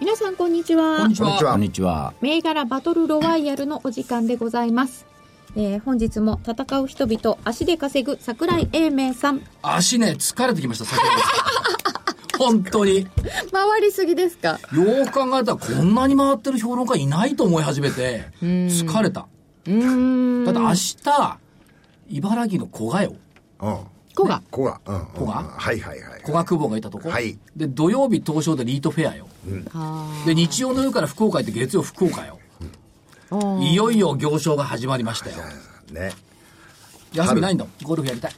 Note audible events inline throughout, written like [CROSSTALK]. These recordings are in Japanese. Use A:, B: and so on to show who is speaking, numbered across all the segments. A: 皆さんこんにちは
B: こんにちは
C: こんにちは。
A: 銘柄バトルロワイヤルのお時間でございます、えー本日も戦う人々足で稼ぐ桜井英明さん
C: 足ね、疲れてきました、先
B: [LAUGHS]
C: ほど。本当に。よ
A: 回りすぎですか
C: う考えたら、こんなに回ってる評論家いないと思い始めて、疲れた。
A: うーん
C: だって明日、茨城の古賀よ。
D: うん。
A: 子が
D: こが。うん。こ
C: こが
D: はいはいはい。
C: 古賀久保がいたとこ。
D: はい
C: で、土曜日東証でリートフェアよ。で、日曜の夜から福岡行って月曜福岡よ。いよいよ行商が始まりましたよ。
D: ね。
C: 休みないんだもん。ゴルフやりたい。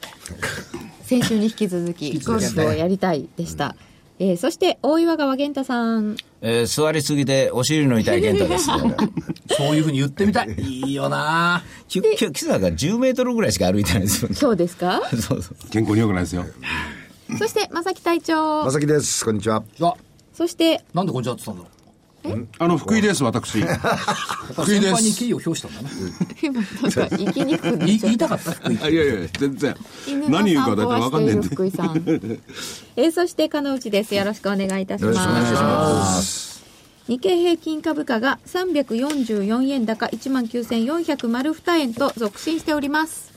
A: [LAUGHS] 先週に引き続きゴルフをやりたいでした、えーそして大岩川源太さん
E: えー座りすぎてお尻の痛い健太 [LAUGHS] です。
C: そういうふうに言ってみたい。いいよな
E: き今日、キスなんか10メートルぐらいしか歩いてないです [LAUGHS] よね。
A: 今日ですか
E: そうそう。
F: 健康に良くないですよ。
A: そして正木隊長
D: まさきです。こんにちは。
C: あ、
A: そして
C: なんでこんにちはって言ったんだろう。
F: あの、福井です、 [LAUGHS] 私。あ
C: やっぱり先輩に敬意を表したんだな。
A: [LAUGHS] 今なんか生きにくくなっ
C: 言い
A: ちゃ
C: 言
A: っ
C: い
A: た
C: たかった福井。
F: いやいや、全然。
A: 犬の
F: 何言う
A: 散歩
F: かだって
A: をし
F: 分かん
A: て
F: ないい
A: る
F: んで。
A: 福井さ
F: [LAUGHS]
A: んえーそして加之内ですよろしくお願いいたします日経平均株価が344円高1万9400丸2円と続伸しております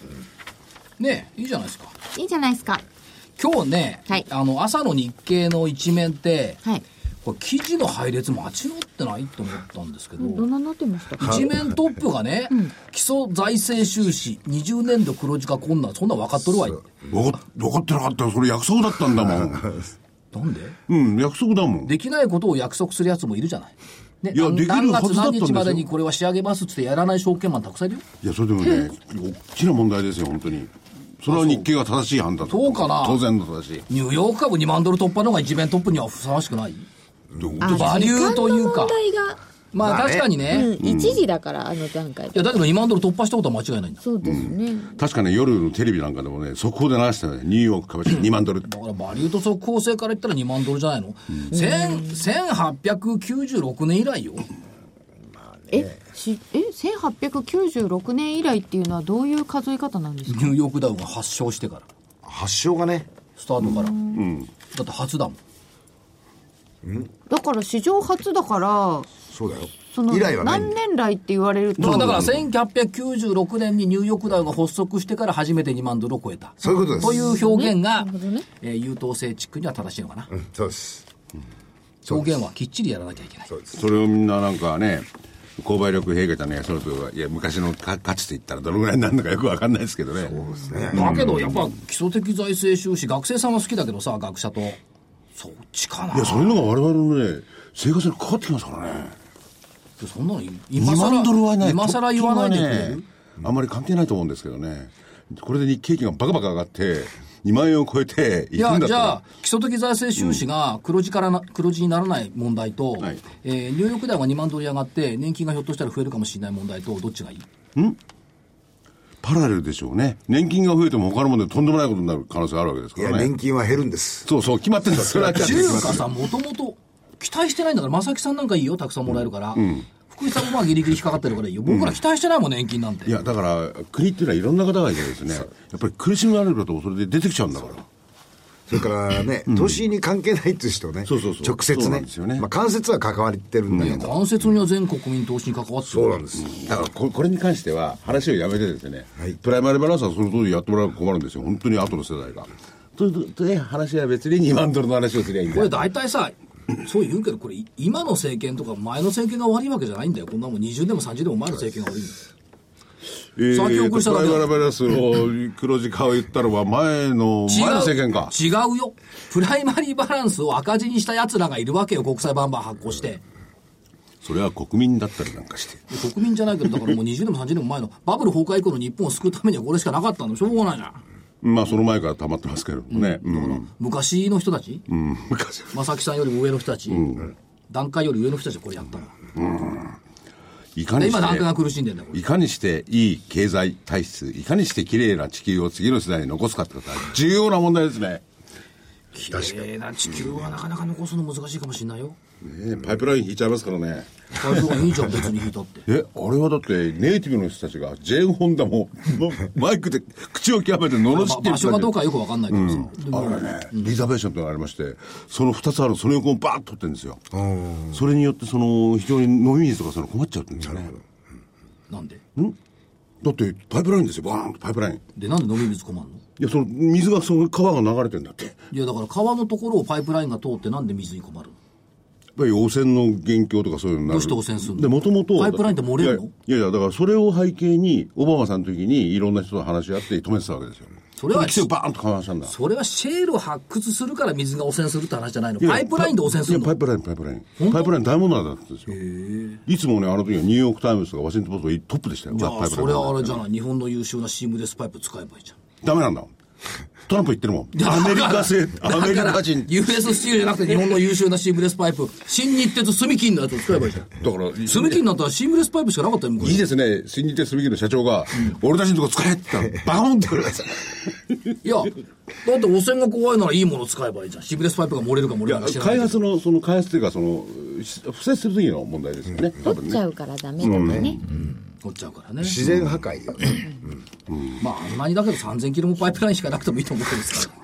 C: ねえいいじゃないですか。
A: いいじゃないですか
C: 今日ね、
A: はい
C: あの、朝の日経の一面って、
A: はい
C: これ記事の配列間違ってないと思ったんですけど、
A: どんなになってました
C: 一面トップがね、基礎財政収支、20年度黒字化困難、そんなん分かっとるわい。
F: 分か分かってなかったよそれ約束だったんだも [LAUGHS] ん。
C: なんで
F: うん、約束だもん。
C: できないことを約束するやつもいるじゃない。ね、
F: いや
C: 何
F: できる
C: 何
F: は
C: 月
F: ずだった
C: 何
F: んですよ
C: 日までにこれは仕上げますっつってやらない証券マンたくさんいるよ。
F: いや、それでもね、大きな問題ですよ、本当に。それは日経が正しい判断だ
C: そうかな
F: 当然の正しい。
C: ニューヨーク株2万ドル突破の方が一面トップにはふさわしくないバリューという
A: 時間
C: か
A: の問。題が、
C: まあ
D: まあね
C: 確かにね、
A: うん、一時だからあの段階
C: い
A: で
C: や、だけど2万ドル突破したことは間違いないんだ。
A: そうですね、
F: 確かね、夜のテレビなんかでもね、速報で流してたね、ニューヨーク株 [LAUGHS] 式2万ドル。
C: だからバリューと即効性から言ったら2万ドルじゃないの、千1896年以来よ
G: えしえ1896年以来っていうのはどういう数え方なんです
C: ニ
G: か
C: ューヨークダウが発祥してから
D: 発祥がね、
C: スタートから、だって初だもん
G: だから史上初だから
D: そうだよ。
G: その
D: 以来はないん
G: 何
D: だよ。
G: 年来って言われる
C: まあ
G: と
C: だから1896年にニューヨークダウが発足してから初めて2万ドルを超えた
D: そういうことです。
C: という表現が、
A: ほどね
C: えー優等生地区には正しいのかな、
D: うんそうです。
C: 表現はきっちりやらなきゃいけない
D: そうです。
F: それをみんななんかね、購買力平価じゃねえ、それとはいや、昔のか価値って言ったらどのぐらいになるのかよくわかんないですけどね。
C: だけどやっぱ基礎的財政収支学生さんは好きだけどさ学者とそっちかない
F: や、そういうのが我々のね、生活にかかってきますからね。
C: そんなの今
F: 2
C: さ
F: 万ドルはね、
C: ら今さら言わないでくれる、
F: ね、あんまり関係ないと思うんですけどね。これで日経金がバカバカ上がって、2万円を超えて
C: い
F: いく
C: や
F: んだった
C: じゃ
F: ら
C: あ、基礎的財政収支が黒字からな、黒字にならない問題と、
F: はい
C: えーニューヨーク代が2万ドル上がって、年金がひょっとしたら増えるかもしれない問題と、どっちがいい
F: パラレルでしょうね。年金が増えても他のものでとんでもないことになる可能性があるわけです
D: い
F: か
D: や、
F: らね。
D: 年金は減るんです。
F: そうそう、決まってんだ。それは決
C: 中
F: まって
C: 華
F: ます
C: さん、もともと期待してないんだから、正木さんなんかいいよ、たくさんもらえるから、福井さんもまあギリギリ引っかかってるからいいよ、僕ら期待してないもん、年金なんて。
F: いや、だから、国っていうのはいろんな方がいてですね、やっぱり苦しめられることもそれで出てきちゃうんだから。
D: それからね、都市に関係ないっていう人ね、
F: そうそうそう
D: 直接
F: そうなんですよ
D: ね、
F: ね
D: まあ間接は関わってるんだけど、
C: 間接には全国民投資に関わってる
D: そうなんです。
F: だからこ、これに関しては、話をやめてですね、プライマリーバランスはその通りやってもらうば困るんですよ。本当に後の世代が。と、と、で話は別に2万ドルの話をすりゃいいんだ
C: こ
F: よ
C: れ大体さ、そう言うけど、これ、今の政権とか前の政権が悪いわけじゃないんだよ。こんなもん20年も30年も前の政権が悪いんだよ。
F: えー、
C: 先送りしただ
F: プ
C: け
F: ラ
C: だ
F: イマラバランスを黒字化を言ったのは前の、前の政権か。
C: 違うよ。プライマリーバランスを赤字にした奴らがいるわけよ。国債バンバン発行して。
F: それは国民だったりなんかして。
C: で国民じゃないけど、だからもう20年も30年も前のバブル崩壊以降の日本を救うためにはこれしかなかったの。しょうがないじゃん。
F: まあその前から溜まってますけれどもね。うん。
C: 昔の人たち、
F: うん昔
C: 正木さんよりも上の人たち、段階より上の人たちがこれやったの。
F: いかに
C: で
F: して
C: 今、ランクが苦しんでんだ、これ。
F: いかにしていい経済体質、いかにして綺麗な地球を次の世代に残すかってことは重要な問題ですね。
C: 綺麗な地球はなかなか残すの難しいかもしれないよ。
F: ねえパイプライン引いちゃいますからね。
C: あれとかいいじゃん、別に引いた [LAUGHS] って。
F: え、あれはだってネイティブの人たちがジェーン・ホンダものマイクで口を極めて罵って
C: ま場所がどう
F: か。
C: かはよくわかんないけどさ。でも
F: あれね、リザベーションというのがありまして、その2つあるその横をバーッと取ってるんですよ。それによって、その、非常に飲み水とかその困っちゃってるんですよね。
C: なんで
F: だって、パイプラインですよ、バーンとパイプライン。
C: で、なんで飲み水困んの
F: いや、その、水が、その川が流れてるんだって。やっ
C: いや、だから川のところをパイプラインが通ってなんで水に困るの
F: ぱり汚染の元凶とかそういうのになる。
C: どうして汚染するの
F: で、もともと。
C: パイプラインって漏れるの
F: いやいやいや、だからそれを背景に、オバマさんの時にいろんな人と話し合って止めてたわけですよ。
C: それは
F: で規制をバーンと緩和したんだ。
C: それはシェールを発掘するから水が汚染するって話じゃないの。
F: いや
C: パイプラインで汚染する
F: いやパ
C: の
F: イプライン、パイプライン。パイプライン大問題だったんですよ。いつもね、あの時はニューヨークタイムズとかワシントンポストがトップでしたよ。
C: じゃ
F: パ
C: あ、
F: イプライ
C: そ
F: ン
C: れはあれじゃない。日本の優秀なシームレスパイプ使えばいいじゃん。
F: ダメなんだもん。トランプ言ってる
C: [LAUGHS]
F: もん。アメリカ製、アメリカ人。
C: US スチールじゃなくて日本の優秀なシームレスパイプ。新日鉄住金のやつを使えばいいじゃん。
F: だから、い
C: 住金になったらシームレスパイプしかなかったよ、
F: い
C: 昔。
F: ですね、新日鉄ビの社長が、俺たちのとこ使えって言った
C: [LAUGHS]
F: ら、バーンって言われた。
C: いや、だって汚染が怖いならいいもの使えばいいじゃん。シームレスパイプが漏れるか漏
F: い
C: れな
F: や
C: いか知らない
F: 開
C: けど。
F: 発のその開発というかそのし不正する時の問題ですよね、多分
G: 取っち
F: ね
G: ゃうからダメとかね。
C: 取っちゃうからね。
D: 自然破壊よね。
C: まあ、あんなにだけど3000キロもパイプラインしかなくてもいいと思うんですから。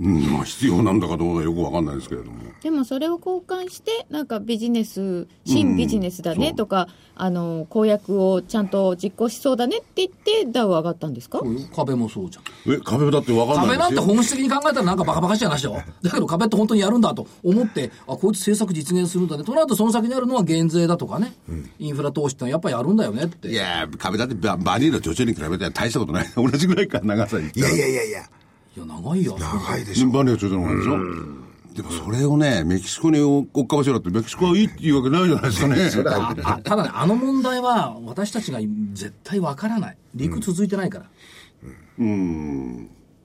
F: うんまあ必要なんだかどうかよくわかんないですけれども
A: でもそれを交換してなんかビジネス新ビジネスだねとか、あの公約をちゃんと実行しそうだねって言ってダウ上がったんですか、
C: 壁もそうじゃん。
F: え壁だってわかんな
C: 壁
F: い
C: なん
F: です
C: て
F: よ
C: 本質的に考えたらなんかバカバカしい話だよ。だけど壁って本当にやるんだと思って、あ、こいつ政策実現するんだね。となるとその先にあるのは減税だとかね。インフラ投資ってのはやっぱやるんだよねって。
F: いやー壁だってババニーの女中に比べて大したことない [LAUGHS] 同じぐらいか長さに
D: いやいやいやいや、
C: いや、長いよ。
D: 高いでしょ。
F: バニーの女中の方がいいでしょでもそれをねメキシコに追っかぶせろってメキシコはいいって言うわけないじゃないですか
D: [LAUGHS]
F: ね
C: ああただね、あの問題は私たちが絶対わからない。陸続いてないから。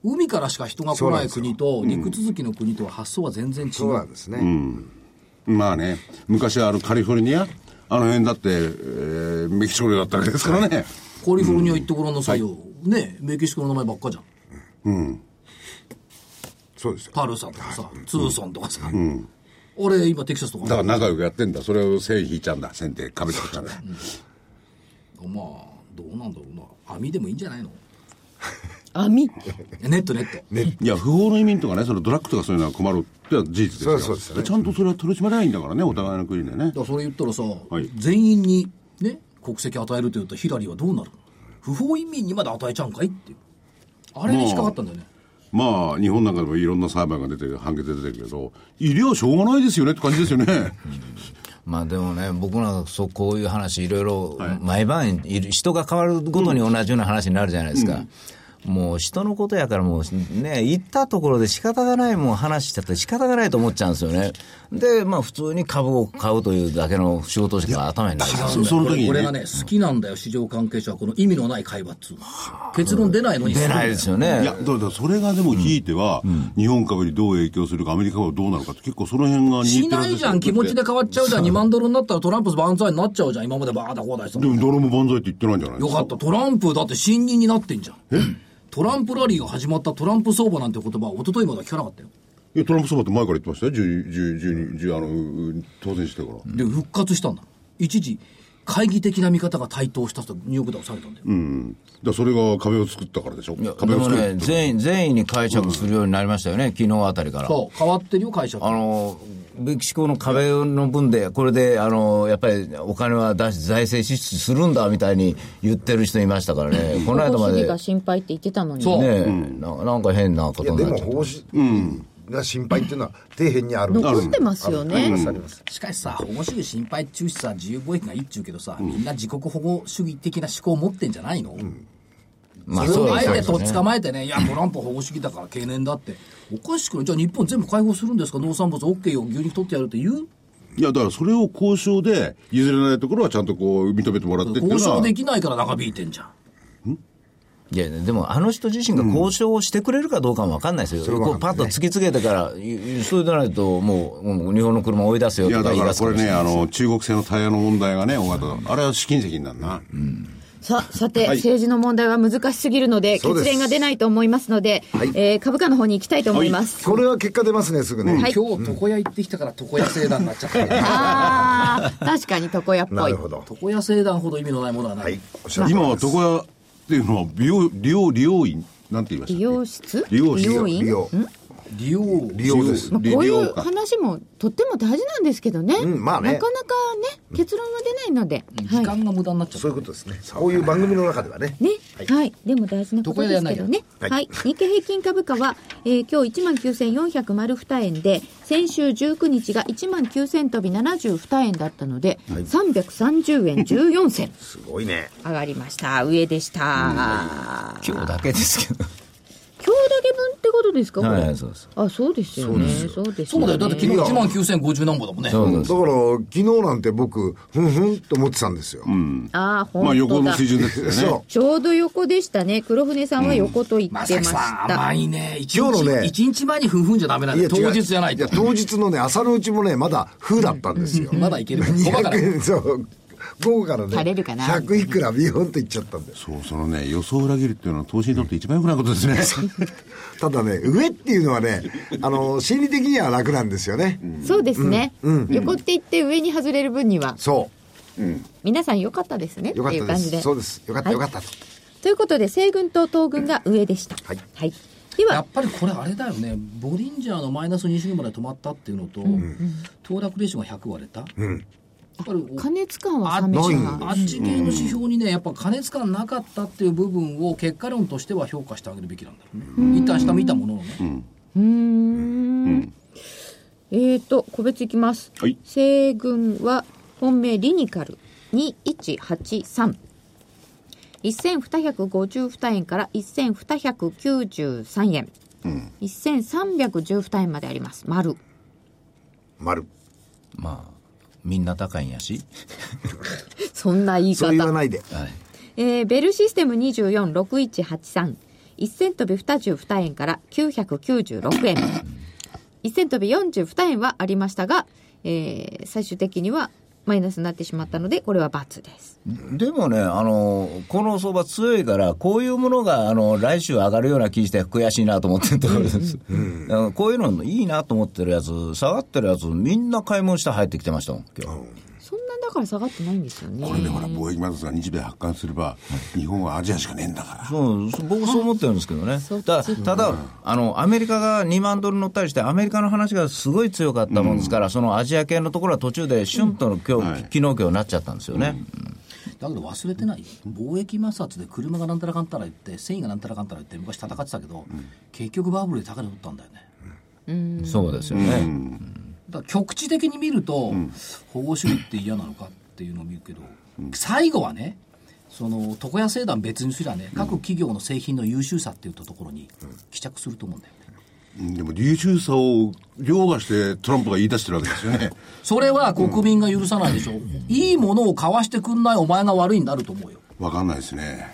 C: 海からしか人が来ない国と陸続きの国とは発想は全然違
D: そうなん
C: う。
D: ですね。
F: まあね昔はあのカリフォルニアあの辺だって、えーメキシコ領だったわけですからね
C: カリフォルニア行ってごらんなさいよ。ねメキシコの名前ばっかじゃん。
D: そうですよ。
C: パルサとかさ、ツーソンとかさ。俺、今テキサスとか。
F: だから仲良くやってんだそれを線引いちゃうんだ線で壁作っちゃうんだ
C: まあ、どうなんだろうな。網でもいいんじゃないの
A: 網
C: ネットネット。
F: いや、不法の移民とかね、そのドラッグとかそういうのは困るってのは事実ですよ。
D: そうですそうです
F: ちゃんとそれは取り締まれないんだからね、お互いの国でね
C: だか。らそれ言ったらさ、
F: い
C: 全員にね、国籍与えると言ったらヒラリーはどうなるの不法移民にまで与えちゃうんかいっていう。あれに引っかかったんだよね。
F: まあ、日本なんかでもいろんな裁判が出て、判決出てるけど、医療はしょうがないですよねって感じですよね。
E: まあでもね、僕なんかそうこういう話、いろいろ毎晩いる、人が変わるごとに同じような話になるじゃないですか。もう人のことやからもうね、行ったところで仕方がないもん話しちゃって仕方がないと思っちゃうんですよね。で、まあ普通に株を買うというだけの仕事しか頭にないから。
F: そその時にね
C: これがね、好きなんだよ、市場関係者は。この意味のない会話っつうの結論出ないのに
E: 出ないですよね。
F: いや、だからそれがでもひいては、日本株にどう影響するか、アメリカはどうなるかって、結構その辺が
C: し
F: 似てる
C: ないじゃん、気持ちで。変わっちゃうじゃん。2万ドルになったらトランプ万歳になっちゃうじゃん。今までバーだこうだしさ
F: でも、誰も万歳って言ってないんじゃないで
C: よ
F: すか。
C: かった。トランプだって信任になってんじゃん。トランプラリーが始まったトランプ相場なんて言葉は一昨日までは聞かなかったよ。
F: いや、トランプそばって前から言ってましたよ。10、10、12、10、あの、当選してから。
C: で、復活したんだ。一時、会議的な見方が台頭したとニューヨークダウ下げたんだよ。
F: うん。だからそれが壁を作ったからでしょ。
E: いやで
F: 壁を
E: も
F: 作る
E: ね、善意、善意に解釈するようになりましたよね、昨日あたりから。
C: そう、変わってるよ、会社
E: あの、メキシコの壁の分で、これで、あの、やっぱりお金は出し、財政支出するんだみたいに言ってる人いましたからね、この間ま
A: 市議
E: で、
A: が心配って言ってたのに
C: そう
E: ね、ななんか変なこ
D: い
E: と
D: や、
E: に
D: で
E: なっ
D: も
E: ちゃっ
D: 保護し、が心配っていうのは底辺にある。
A: 残ってますよね
D: ありますあります。
C: しかしさ、保護主義心配中止さ、自由貿易がいいっちゅうけどさ、みんな自国保護主義的な思考を持ってんじゃないの、
E: まあ
C: それをあえ
E: そ
C: て
E: うです
C: と
E: よ
C: っ
E: ね
C: 捕まえてね、いや、トランプ保護主義だから経年だって、おかしくないじゃあ日本全部解放するんですか、農産物 OK よ、牛肉取ってやるって言う
F: いや、だからそれを交渉で譲れないところはちゃんとこう認めてもらってっていうのは。
C: 交渉できないから長引いてんじゃん。
E: いや、でもあの人自身が交渉をしてくれるかどうかも分かんないですよ、こうパッと突きつけてから、いそうじゃないと、もうもう日本の車追い出せよ
F: い
E: と
F: や
E: か
F: だ
E: 言い
F: か
E: 出
F: ら
E: すか
F: こ
E: も
F: れ
E: しれ
F: ね、
E: ない
F: あの中国製のタイヤの問題がね、大型だあれは試金石になるな、
G: さあ、さて、
F: はい
G: 政治の問題は難しすぎるので、
B: そうで
G: 結連
B: す
G: が出ないと思いますので、えー株価の方に行きたいと思います。
B: これは結果出ますね、すぐね。
G: はい
C: 今日床屋行ってきたから床屋星団になっちゃった
H: ああ、確かに床屋っ
B: な
H: ぽい
B: る。ほど。
C: 床屋星団ほど意味のないものはない、
B: はい。おっしゃる
F: 今は床屋っていうのは美容、利用、利用院なんて言いましたっ
H: 美
F: け
H: 容室
F: 利用室
H: 美容
B: 利
H: 院
B: 用。
C: 利用
B: 利用です。
H: まあ
F: 利
H: こうい
F: 利
H: う
F: 用か
H: 話もとっても大事なんですけどね。
B: んまあね
H: なかなかね、結論は出ないので。
C: 時
H: は
C: 間が無駄になっちゃう、
B: そういうことですね。こういう番組の中ではね。
G: ね、はい、でも大事なことですけどね。
B: どこやらないで
G: はい、日経平均株価は、えー今日1万9400丸2円で、先週19日が1万9000飛び72円だったので、330円14銭
B: すごいね。
G: 上がりました。上でした。今日だけ
E: 今日だけですけど、
G: 分ってことですか、これ
E: はいそうです
G: あ、そうですよね。そうです
C: そう
G: よ
C: だ
G: ね
C: よだって昨日1万9050何本だもんね
E: そう
B: だ
E: なん
B: から、
E: です
B: 昨日なんて僕、ふんふんと思ってたんですよ。
G: ああ、本当だ。
F: まあ横の水準ですよね。
B: そう。
G: ちょうど横でしたね。黒船さんは横と言ってま
C: ま
G: した。
C: さきさん甘いね一
B: 今日
C: 日
B: のね
C: 一日前にふんふんじゃダメなんだよ当日じゃない
B: いや
C: と
B: 当日のね朝のうちもねまだ風だったんですよ
C: まだいけるからそばから
B: 200円そう午後からね
H: 晴れるかな
B: 100いくらビヨンといっちゃったんです
F: そう、そのね、予想を裏切るっていうのは投資にとって一番良くないこと [LAUGHS] ですね。
B: ただね上っていうのはねあの心理的には楽なんですよね、
H: そうですね。横って言って上に外れる分には、
B: そ
H: 皆さん良かったですね。っ
B: うよかって
H: いう
B: たで
H: 感じ
B: す
H: で。
B: そうですよかった
H: はい
B: よかったと、。
G: ということで、西軍と東軍が上でした。はいで
C: やっ
G: は、
C: ぱりこれあれだよねボリンジャーのマイナス20まで止まったっていうのと騰落レーションが100割れたやっぱりお
H: 加熱感は
C: あ
H: 冷めちゃう。
C: あっち系の指標にねやっぱ加熱感なかったっていう部分を結果論としては評価してあげるべきなんだろうね一旦下見たもののね
G: うーん。えーと、個別いきます。
F: はい
G: 西軍は、本命リニカル2183。1252円から1293円。1312円まであります。丸。
B: 丸
E: まあ、みんな高いんやし、
G: そんな言い
B: そう言わ
G: 方。
B: ないで
E: はい、
G: えーベルシステム246183。1000飛び22円から996円。1000飛び42円はありましたが、えー最終的にはマイナスになってしまったので、これは×です。
E: でもね、あのこの相場強いから、こういうものがあの来週上がるような気して悔しいなと思ってるところです、あのこういうのいいなと思ってるやつ、下がってるやつ、みんな買い物して入ってきてましたもん、今日
G: そんなだから下がってないんですよね。
F: これでほら、貿易摩擦が日米発汗すれば、日本はアジアしかねえんだから。
E: そうそ僕そう思ってるんですけどね、たただあの、アメリカが2万ドル乗ったりして、アメリカの話がすごい強かったもんですから、そのアジア系のところは途中で、シュンとの今日、
F: はい
E: 昨日今日なっちゃったんですよね。
C: だけど忘れてないよ貿易摩擦で車がなんたらかんたら言って繊維がなんたらかんたら言って昔戦ってたけど結局バブルで高値取ったんだよね
E: そうですよね、
C: だから局地的に見ると、保護主義って嫌なのかっていうのを見るけど、最後はねその床屋製団別にすらね各企業の製品の優秀さっていったところに帰着すると思うんだよね、
F: うんでも、優秀さを凌駕してトランプが言い出してるわけですよ [LAUGHS] ね。
C: それは国民が許さないでしょ、いいものを買わしてくんないお前が悪いになると思うよ
F: わかんないですね。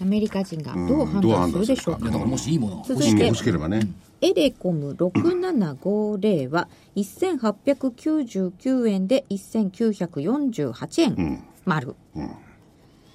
G: アメリカ人がどう判
F: どう
G: 断
F: 判
G: する
F: 断する
G: でしょう
F: か
C: いやだ
G: か
C: からもしいいものが欲
G: 続
C: しい
G: い
F: うん
G: て
F: 欲し、ければね。
G: エレコム6750は1899円で1948円丸、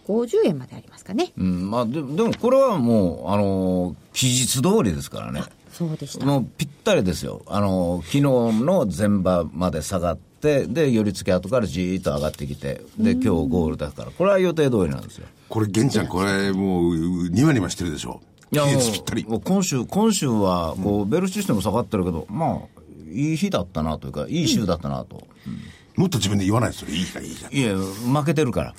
G: 50円までありますかね、
E: うんまあ、ででもこれはもう、あのー期日通りですからね、
G: そうでした
E: もうぴったりですよ、あのー昨日の前場まで下がって、で寄り付き後からじーっと上がってきて、で今日ゴールだから、これは予定通りなんですよ。
F: これ、玄ちゃん、これ、もう、ニマニマしてるでしょ。
E: いや
F: 期
E: も
F: 日ぴったり
E: う。もう今週、今週はこう、ベルシステム下がってるけど、まあ、いい日だったなというか、いい週だったなと、
F: もっと自分で言わないですよ。いいからいいじゃん。
E: いえ、負けてるから、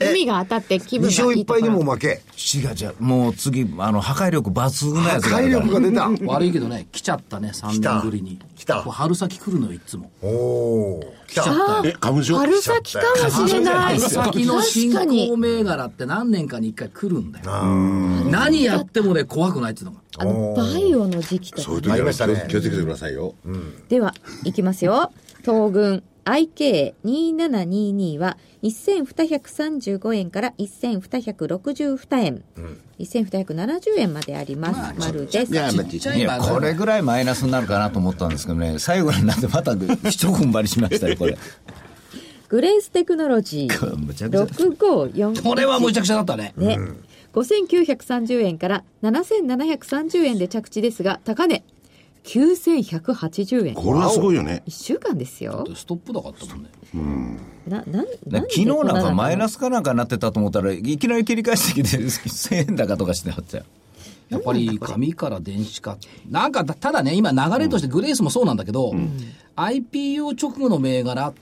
H: 海が当たって気
B: 2
H: 分
B: 勝
H: がい
B: 1
H: いとこ
B: 敗
H: ろ
B: でも負け
E: [LAUGHS] 違う違う、もう次、あの破壊力抜群なやつがあ
B: 体
E: るから
B: 力が出た
C: 悪いけどね来ちゃったね3年ぶりに
B: 来た
C: こう春先来るのよいつも
B: おおー来た
F: え、花粉症
H: 春先かもしれない。
C: 春先の新
H: 確かに
C: 興銘柄って何年かに一回来るんだよ何やってもね怖くないっていうのが
G: あのバイオの時期とか
F: そういう時は気を気をつけてくださいよ。
G: では、いきますよ。東軍 IK2722 は1235円から1262円、1270円まであります、丸です
B: いやまあ
C: ちっちゃ
E: い
C: い
E: や、
C: 丸
E: これぐらいマイナスになるかなと思ったんですけどね、最後になってまた一踏ん張りしましたよ、これ。
G: グレーステクノロジ
E: これ
G: ー
E: むちゃくちゃ
G: 6541
C: これはむちゃくちゃだったね。
G: ね、5930円から7730円で着地ですが高値9180円
B: これはすごいよね
G: 1週間ですよ
C: ストップ高かったもんね。
G: ななんなん
E: 昨日なんかマイナ
G: ス
E: スかなんかになってたと思ったら、いきなり切り返してきて、1000円高とかしてあったよ。
C: やっぱり紙から電子化。なんかた、ただね、今流れとしてグレースもそうなんだけど、IPO 直後の銘柄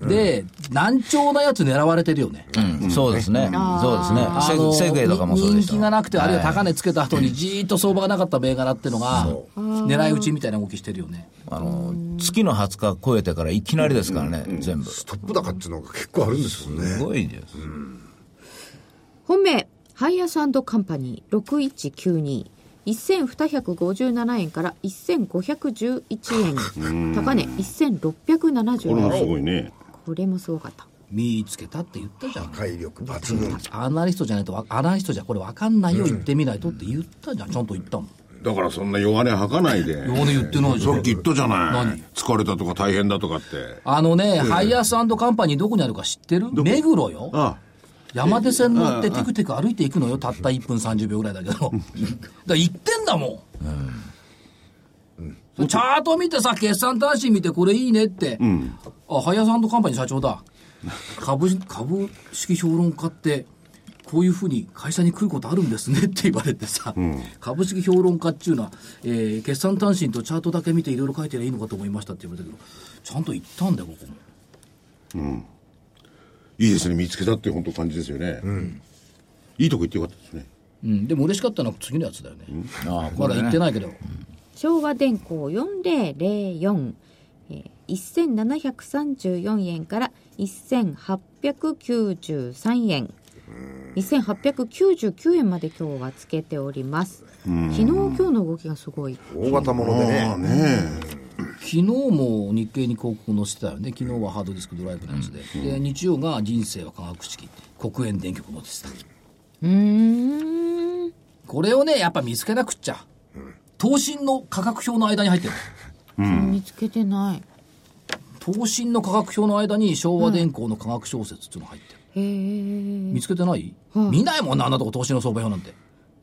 C: で、難聴なやつ狙われてるよね。
E: うん、そうですね。そうですね。セグセグウェイとかもそうでし
C: 人
E: た。
C: 気がなくて、あるいは
E: は
C: 高値つけた後にじーっと相場がなかった銘柄ってのが、狙い撃ちみたいな動きしてるよね。
E: あの、月の20日超えてからいきなりですからね、全部。す
B: トップ高っていうのが結構あるんですよね
E: ごいです。
G: 本命ハイアスカンパニー6192 1257円から1511円に高値1677
F: これ
G: 円
F: もすごいね。
G: これもすごかった
C: 見つけたって言ったじゃん。
B: 体力抜群
C: アナリストじゃないとわ、アナリストじゃこれ分かんないよ、言ってみないとって言ったじゃん。ちゃんと言ったもん。
F: だからそんな弱音吐かないで。
C: 弱音言ってないじゃん
F: さっき言ったじゃない。疲れたとか大変だとかって。
C: あのね、ハイアースカンパニーどこにあるか知ってる目黒よ。
F: あ
C: 山手線乗ってテクテク歩いていくのよ。たった1分30秒ぐらいだけど。だから行ってんだもん。チャート見てさ、決算短信見てこれいいねって。あ、ハイアースカンパニー社長だ。株式、株式評論家って、こういうふうに会社に来ることあるんですねって言われてさ、株式評論家っていうのは、えー決算短信とチャートだけ見ていろいろ書いてりゃいいのかと思いましたって言われたけど、ちゃんと言ったんだよ、ここも。
F: いいですね。見つけたって本当感じですよね。いいとこ行ってよかったですね。
C: うん、でも嬉しかったのは次のやつだよね。
E: ああ、こ
C: まだ
E: れね
C: 言ってないけど。
G: 昭和電工4004、えー、1734円から1893円1899円まで今日はつけております昨日今日の動きがすごい
B: 大型もので
F: ああ
B: ね
F: ね
C: 昨日も日経に広告を載せてたよね。昨日はハードディスクドライブのやつで。で、日曜が人生は科学式。国営電極の載せてた。
G: うーん
C: これをね、やっぱ見つけなくっちゃ。東進の価格表の間に入ってる。
I: 見つけてない
C: 東進の価格表の間に昭和電工の科学小説っていうのが入ってる。
I: へえ
C: 見つけてない、見ないもんな、あんなとこ東進の相場表なんて。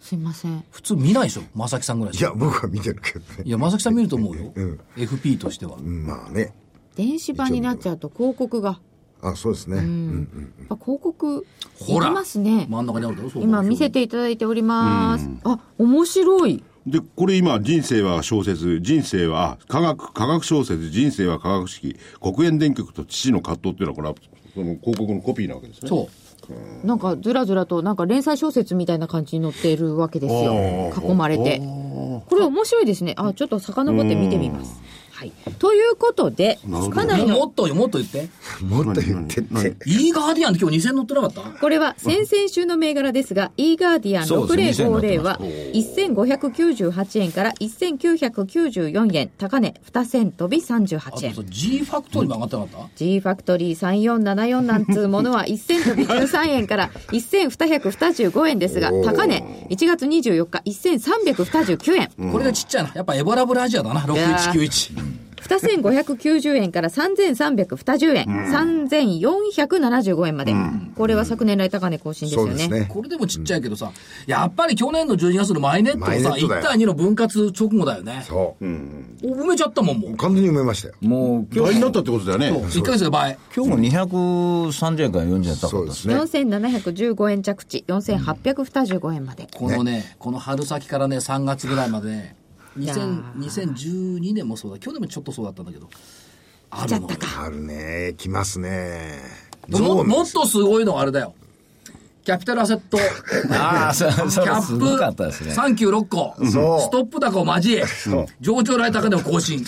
I: すいません
C: 普通見ないでしょ。正木さんぐらいで
B: い
C: し
B: や
C: ょ。
B: 僕は見てるけどね
C: いや、正木さん見ると思うよ。FP としては。
B: まあね
I: 電子版になっちゃうと広告が
B: あそうですね、
I: やっぱ広告い
C: ほら
I: りますね
C: 真ん中にあるだろ、そう
I: 今見せていただいておりますあ面白い
F: で、これ今、人生は小説、人生は、あ科学、科学小説、人生は科学式、国園電極と父の葛藤っていうのは、これは、その広告のコピーなわけですね。
C: そう。
I: なんかずらずらとなんか連載小説みたいな感じに載っているわけですよ囲まれてこれ面白いですねあちょっと遡って見てみますはいということでかなりの
C: もっとよ、もっと言って。
B: もっと言ってって
C: イーガーディアンって今日2000乗ってなかった
G: これは先々週の銘柄ですが、e ガーディアン
E: そうです
G: 6050は1598円から1994円、高値2千飛び
C: あ
G: 38
C: と
G: 円
C: さ、。G ファクトリーも上がってなかっ
G: G ファクトリー3474なんつうものは1000飛び13円から1225円ですが、高値1月24日1329円、
C: たこれがちっちゃいな。やっぱエボラブラジアだな、6191。
G: 2590円から3320円、3475円まで。これは昨年来高値更新ですよ
B: そ
G: ね。
B: うですね
C: これでもちっちゃいけどさ、やっぱり去年の12月のマイネットを
B: マイネ
C: さ、
B: ットだ
C: 1
B: よ
C: 対2の分割直後だよね。
B: そう、
C: 埋めちゃったもん、もう。
B: 完全に埋めましたよ
E: もう今
F: 倍に
E: 日
F: な
E: も、
F: ったってことだよね。
C: 1ヶ月で倍。
E: 今日も230円から40円高
B: そ
E: か
B: う
E: った
B: で
E: です。
B: すね
G: 4715円着地4825円まで、
C: このね、この春先からね、3月ぐらいまでね、
G: やー
C: 2000 2012年もそうだ、去年もちょっとそうだったんだけど、あるのよ
B: あるね来ますね
C: ももっとすごいのはあれだよ。キャピタルアセット。
E: あ [LAUGHS] あ、そうそう
C: キャ
E: すごかったです
C: ップ
E: ね。
C: 三九六個、ス
B: そう
C: トップ高を交え、上場来高値を更新。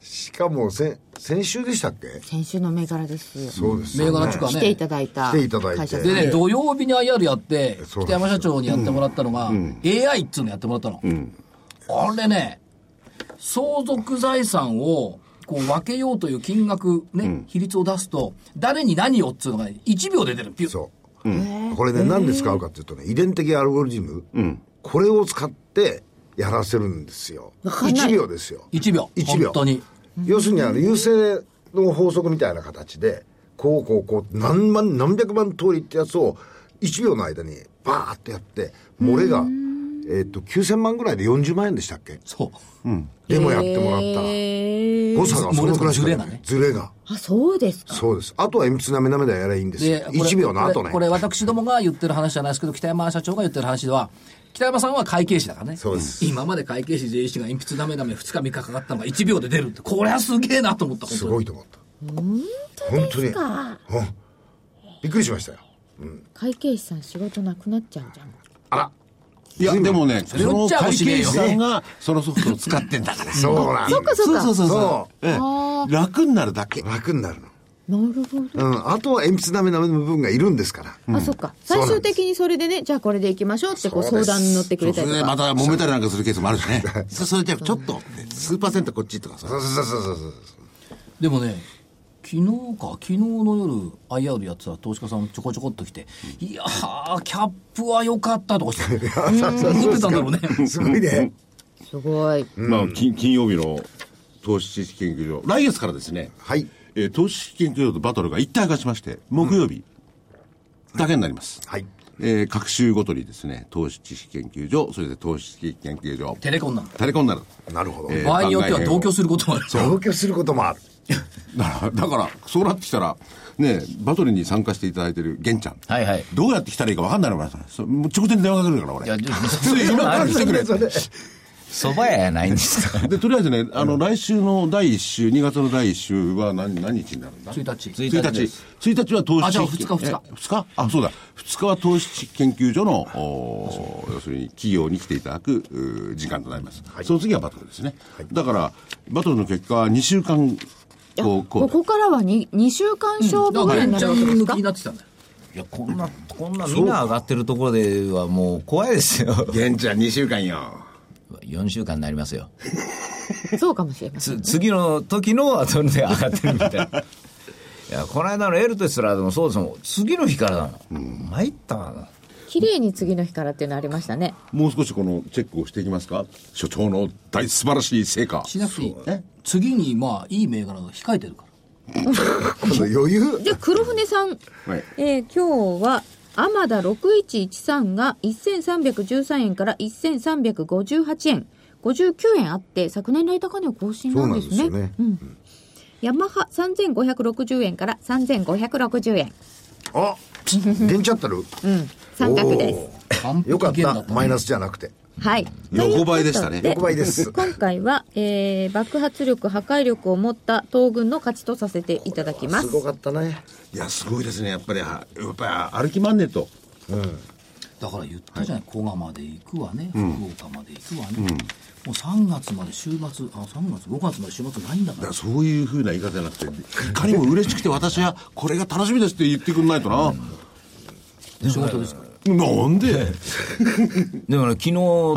B: しかも先先週でしたっけ
I: 先週の銘柄ですよ
B: そうです
C: 銘
B: よ
C: 柄
B: ね
C: 中華
I: 来てい
C: ね。
I: ただいた
B: 来ていただいて
I: 会社で
C: でね、土曜日に IR やって、
B: そう
C: 北山社長にやってもらったのが、AI っつうのやってもらったの。あれね、相続財産をこう分けようという金額、ね比率を出すと誰に何をっつうのが1秒で出るピュッ
B: そう、これね何で使うかっていうとね遺伝的アルゴリズム、これを使ってやらせるんですよ1秒ですよ
C: 1秒
B: 1秒
C: 本当に
B: 要するにあの優勢の法則みたいな形でこうこうこう何万何百万通りってやつを1秒の間にバーッとやって漏れが、えっと9000万ぐらいで40万円でしたっけ
C: そう
B: でもやってもらったら、誤差がそのくらいしか
C: ずれがね
B: ずれが
G: あ、そうですか。
B: そうですあとは鉛筆なめなめでやればいいんですよ
C: でこれ
B: 1秒の後ね
C: これこれ私どもが言ってる話じゃないですけど北山社長が言ってる話では北山さんは会計士だからね
B: そうです
C: 今まで会計士税理士が鉛筆ダメダメ2日3日かかったのが1秒で出るってこれはすげえなと思った
B: すごいと思った本当にうんびっくりしましたよ
G: 会計士さん仕事なくなっちゃうじゃん。
B: あら
F: いや、でもね、そ
C: れ言
F: の
C: っちゃお
F: 会
C: しねえ
F: 計士
C: よ
F: さんが、そのソフトを使ってんだから。
B: そうなん
G: そうかそうか。
F: そうそ
B: そ
F: うそう。ええ楽になるだけ。
B: 楽になるの
G: なるほど。
B: うん、あとは鉛筆なめなめの部分がいるんですから。
G: あ、そっか。
B: そう
G: 最
B: なんです
G: 終的にそれでね、じゃあこれでいきましょうってこう
B: そうで
G: 相談
B: す
G: に乗ってく
F: そ
G: れ
F: うそ
G: たり
F: れ
G: と
F: でま
G: か。
F: た揉めたりなんかするケースもあるしね。そそれじゃあちょっと、数パーセントこっちとかさ
B: そ。うそうそうそうそう。
C: でもね昨日か昨日の夜 IR やってた投資家さんちょこちょこっと来て「いやーキャップは良かった」とかして思ってたんだろうね
B: すごいね。
G: すごい。
F: まあ、金金曜日の投資知識研究所、来月からですね、
B: はい。
F: えー投資知識研究所とバトルが一体化しまして、木曜日だけになります。
B: はい。
F: えー各週ごとにですね、投資知識研究所、それで投資知識研究所、
C: テレコンなの
F: タレコンなる。
B: なるほど。
F: えー
C: 場合によっては同居
F: 番
C: することもある
B: 同居することもある。
F: 外編をだから、だからそうなってきたら、ね、バトルに参加していただいてる玄ちゃん。
E: はいはい
F: どうやって来たらいいか分かんないのかなそれもう直前に電話かけるから、俺。
E: い
F: [LAUGHS]
E: やでも
F: 普通今から来てくれって
E: 蕎麦屋やないんですか
F: で、とりあえずね、あの、来週の第1週、2月の第1週は何、何日になるんだ
C: 1日
F: 1日
E: です
F: 1日は投資
C: あじゃあ二日二日
F: え二日あそうだ2日は投資研究所のおー要するに企業に来ていただくうー時間となります、その次はバトルですね、だからバトルの結果は2週間こうこ
G: ここからは 2, 2週間勝負ぐらいにな
C: ちゃ
G: るわ
C: ん
G: けです
C: 抜き
G: か、
C: になってたんだよ
E: [LAUGHS] いやこんなこんなみんな上がってるところではもう怖いですよ [LAUGHS]
F: う現地は2週間よ
E: 4週間になりますよ
G: そうかもしれません。
E: つ次の時の後で上がってるみたいないやこの間のエルテスラでもそうですもん次の日からだもん参ったわな
G: 綺麗に次の日からっていうのありましたね。
F: もう少しこのチェックをしていきますか所長の大素晴らしい成果
C: しなくていい次にまあいい銘柄が控えてるから
B: この余裕。
G: で、黒船さん。
F: はい
G: えー今日は、アマダ6113が1313円から1358円、59円あって、昨年来高値を更新
B: そ
G: な
B: うんなん
G: で
B: ですす
G: ね。
B: よね。
G: ヤマハ3560円から3560円。
B: あ出ちゃったる。
G: うん。三角です。
C: 完
B: よかっ
C: 璧だ
B: た
C: っ。た
B: マイナスじゃなくて。
G: はい。
F: 横ばいでしたね
G: という
B: 横
G: こと
B: ばいで
G: [LAUGHS]
B: す
G: 今回は、えー、爆発力、破壊力を持った東軍の勝ちとさせていただきます
B: す。ごかったね。
F: いやすごいですねやっぱりはやっぱり歩きまんねと
C: だから言ったじゃない古賀まで行くわね福岡まで行くわねもう3月まで週末あ3月5月まで週末ないんだ
F: だか
C: から
F: そういうふうな言い方じゃなくていかにも嬉しくて私はこれが楽しみですって言ってくんないとな、
C: ら仕事ですから
F: なんで
E: でもね昨日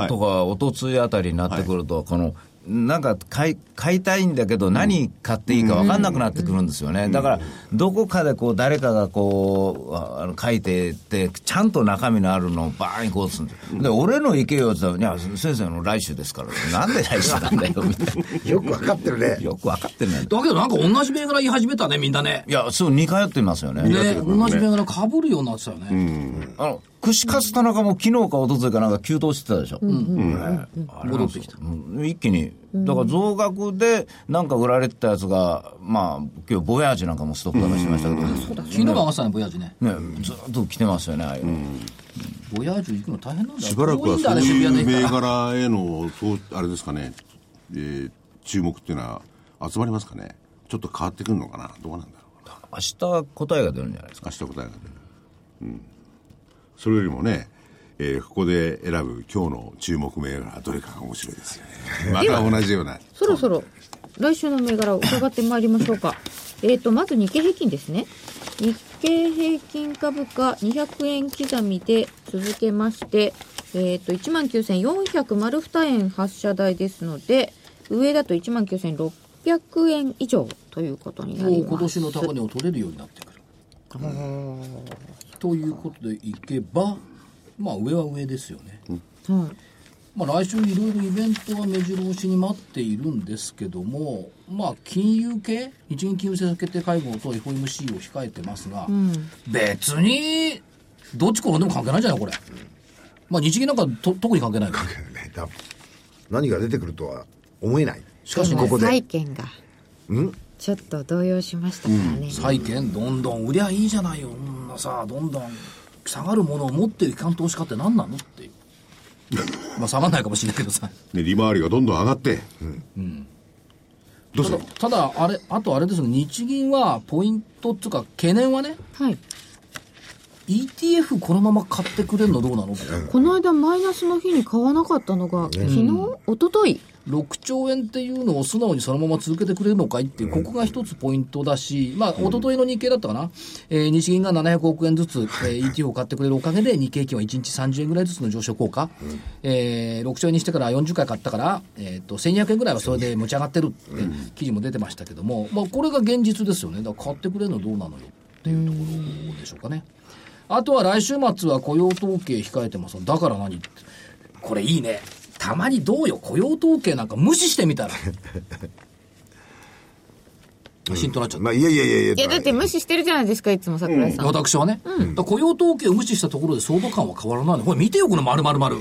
E: とか一昨日あたりになってくると、このなんか買い買いたいんだけど何買っていいか分かんなくなってくるんですよね、だからどこかでこう誰かがこうああの書いてってちゃんと中身のあるのをバーンこうするんですで俺の行けよって言ったら「いや先生の来週ですから」なんで来週なんだよ」みたい
B: よくわかってるね
E: な。よく分かってない
C: だけどなんか同じ銘柄言い始めたねみんなね
E: いやそう似通ってますよね
C: ね同じ銘柄かぶるようになってたよね
E: あの串カツ田中も昨日か一昨日かなんか急騰してたでしょ、ねあれなんですようん一気にだから増額でなんか売られてたやつがまあ今日ボヤージなんかもストップ高してましたけど、
C: 昨日も上がってたねボヤージュね
E: ね、ずっと来てますよねああいうの
C: ボヤージュ行くの大変なんだ
F: しばらく
C: 遠
F: はい
C: んだ
F: そう
C: ね
F: い
C: 渋
F: う
C: 谷
F: 銘
C: で行くから
F: 柄へのそうあれですかね、えー注目っていうのは集まりますかねちょっと変わってくるのかなどうなんだろうな
E: 明日答えが出るんじゃないですか
F: 明日答えが出る、うん、それよりもね、えーここで選ぶ今日の注目銘柄はどれかが面白いですよねまた同じような
G: そろそろ来週の銘柄を伺ってまいりましょうか。 [LAUGHS] えっと、まず日経平均ですね。日経平均株価200円刻みで続けまして、えっ、と、19,400丸2円発射台ですので、上だと19,600 800円以上ということにな
C: もう
G: り
C: 今
G: ま
C: 年
G: す
C: の高値を取れるようになってくる。ということでいけば、まあ上は上ですよね。
G: はい
C: まあ、来週いろいろイベントは目白押しに待っているんですけども、まあ、金融系日銀金融政策決定会合と FOMC を控えてますが、別にどっち転んでも関係ないんじゃないこれ、まあ、日銀なんかと特に関係ないよね
B: ね多分何が出てくるとは思えない
C: しかしね
B: ここで
G: 債券がちょっと動揺しましたからね、
C: 債券どんどん売りゃいいじゃないよこんなさどんどん下がるものを持ってる機関投資家って何なのっていう [LAUGHS] まあ下がらないかもしれないけどさ
F: ね、利回りがどんどん上がって、どうす
C: ただ
F: る
C: ただあれあとあれですよ日銀はポイントっていうか懸念はね
G: はい
C: ETF このまま買ってくれるのどうなのって
G: この間マイナスの日に買わなかったのが、昨日一昨日
C: 6兆円っていうのを素直にそのまま続けてくれるのかいっていう、ここが一つポイントだし、まあ、一昨日の日経だったかな、えー日銀が700億円ずつ、えー ETF を買ってくれるおかげで、日経金は1日30円ぐらいずつの上昇効果、えー6兆円にしてから40回買ったから、えー、と1200円ぐらいはそれで持ち上がってるって記事も出てましたけども、まあ、これが現実ですよね、だから買ってくれるのどうなのよっていうところでしょうかね。あとは来週末は雇用統計控えてますだから何ってこれいいねたまにどうよ雇用統計なんか無視してみたら浸透なっちゃった、
B: まあいやいやいやいや
G: いやだって無視してるじゃないですかいつも桜井さん、
C: 私はね、だから雇用統計を無視したところで相場感は変わらないのこれ見てよこの丸々丸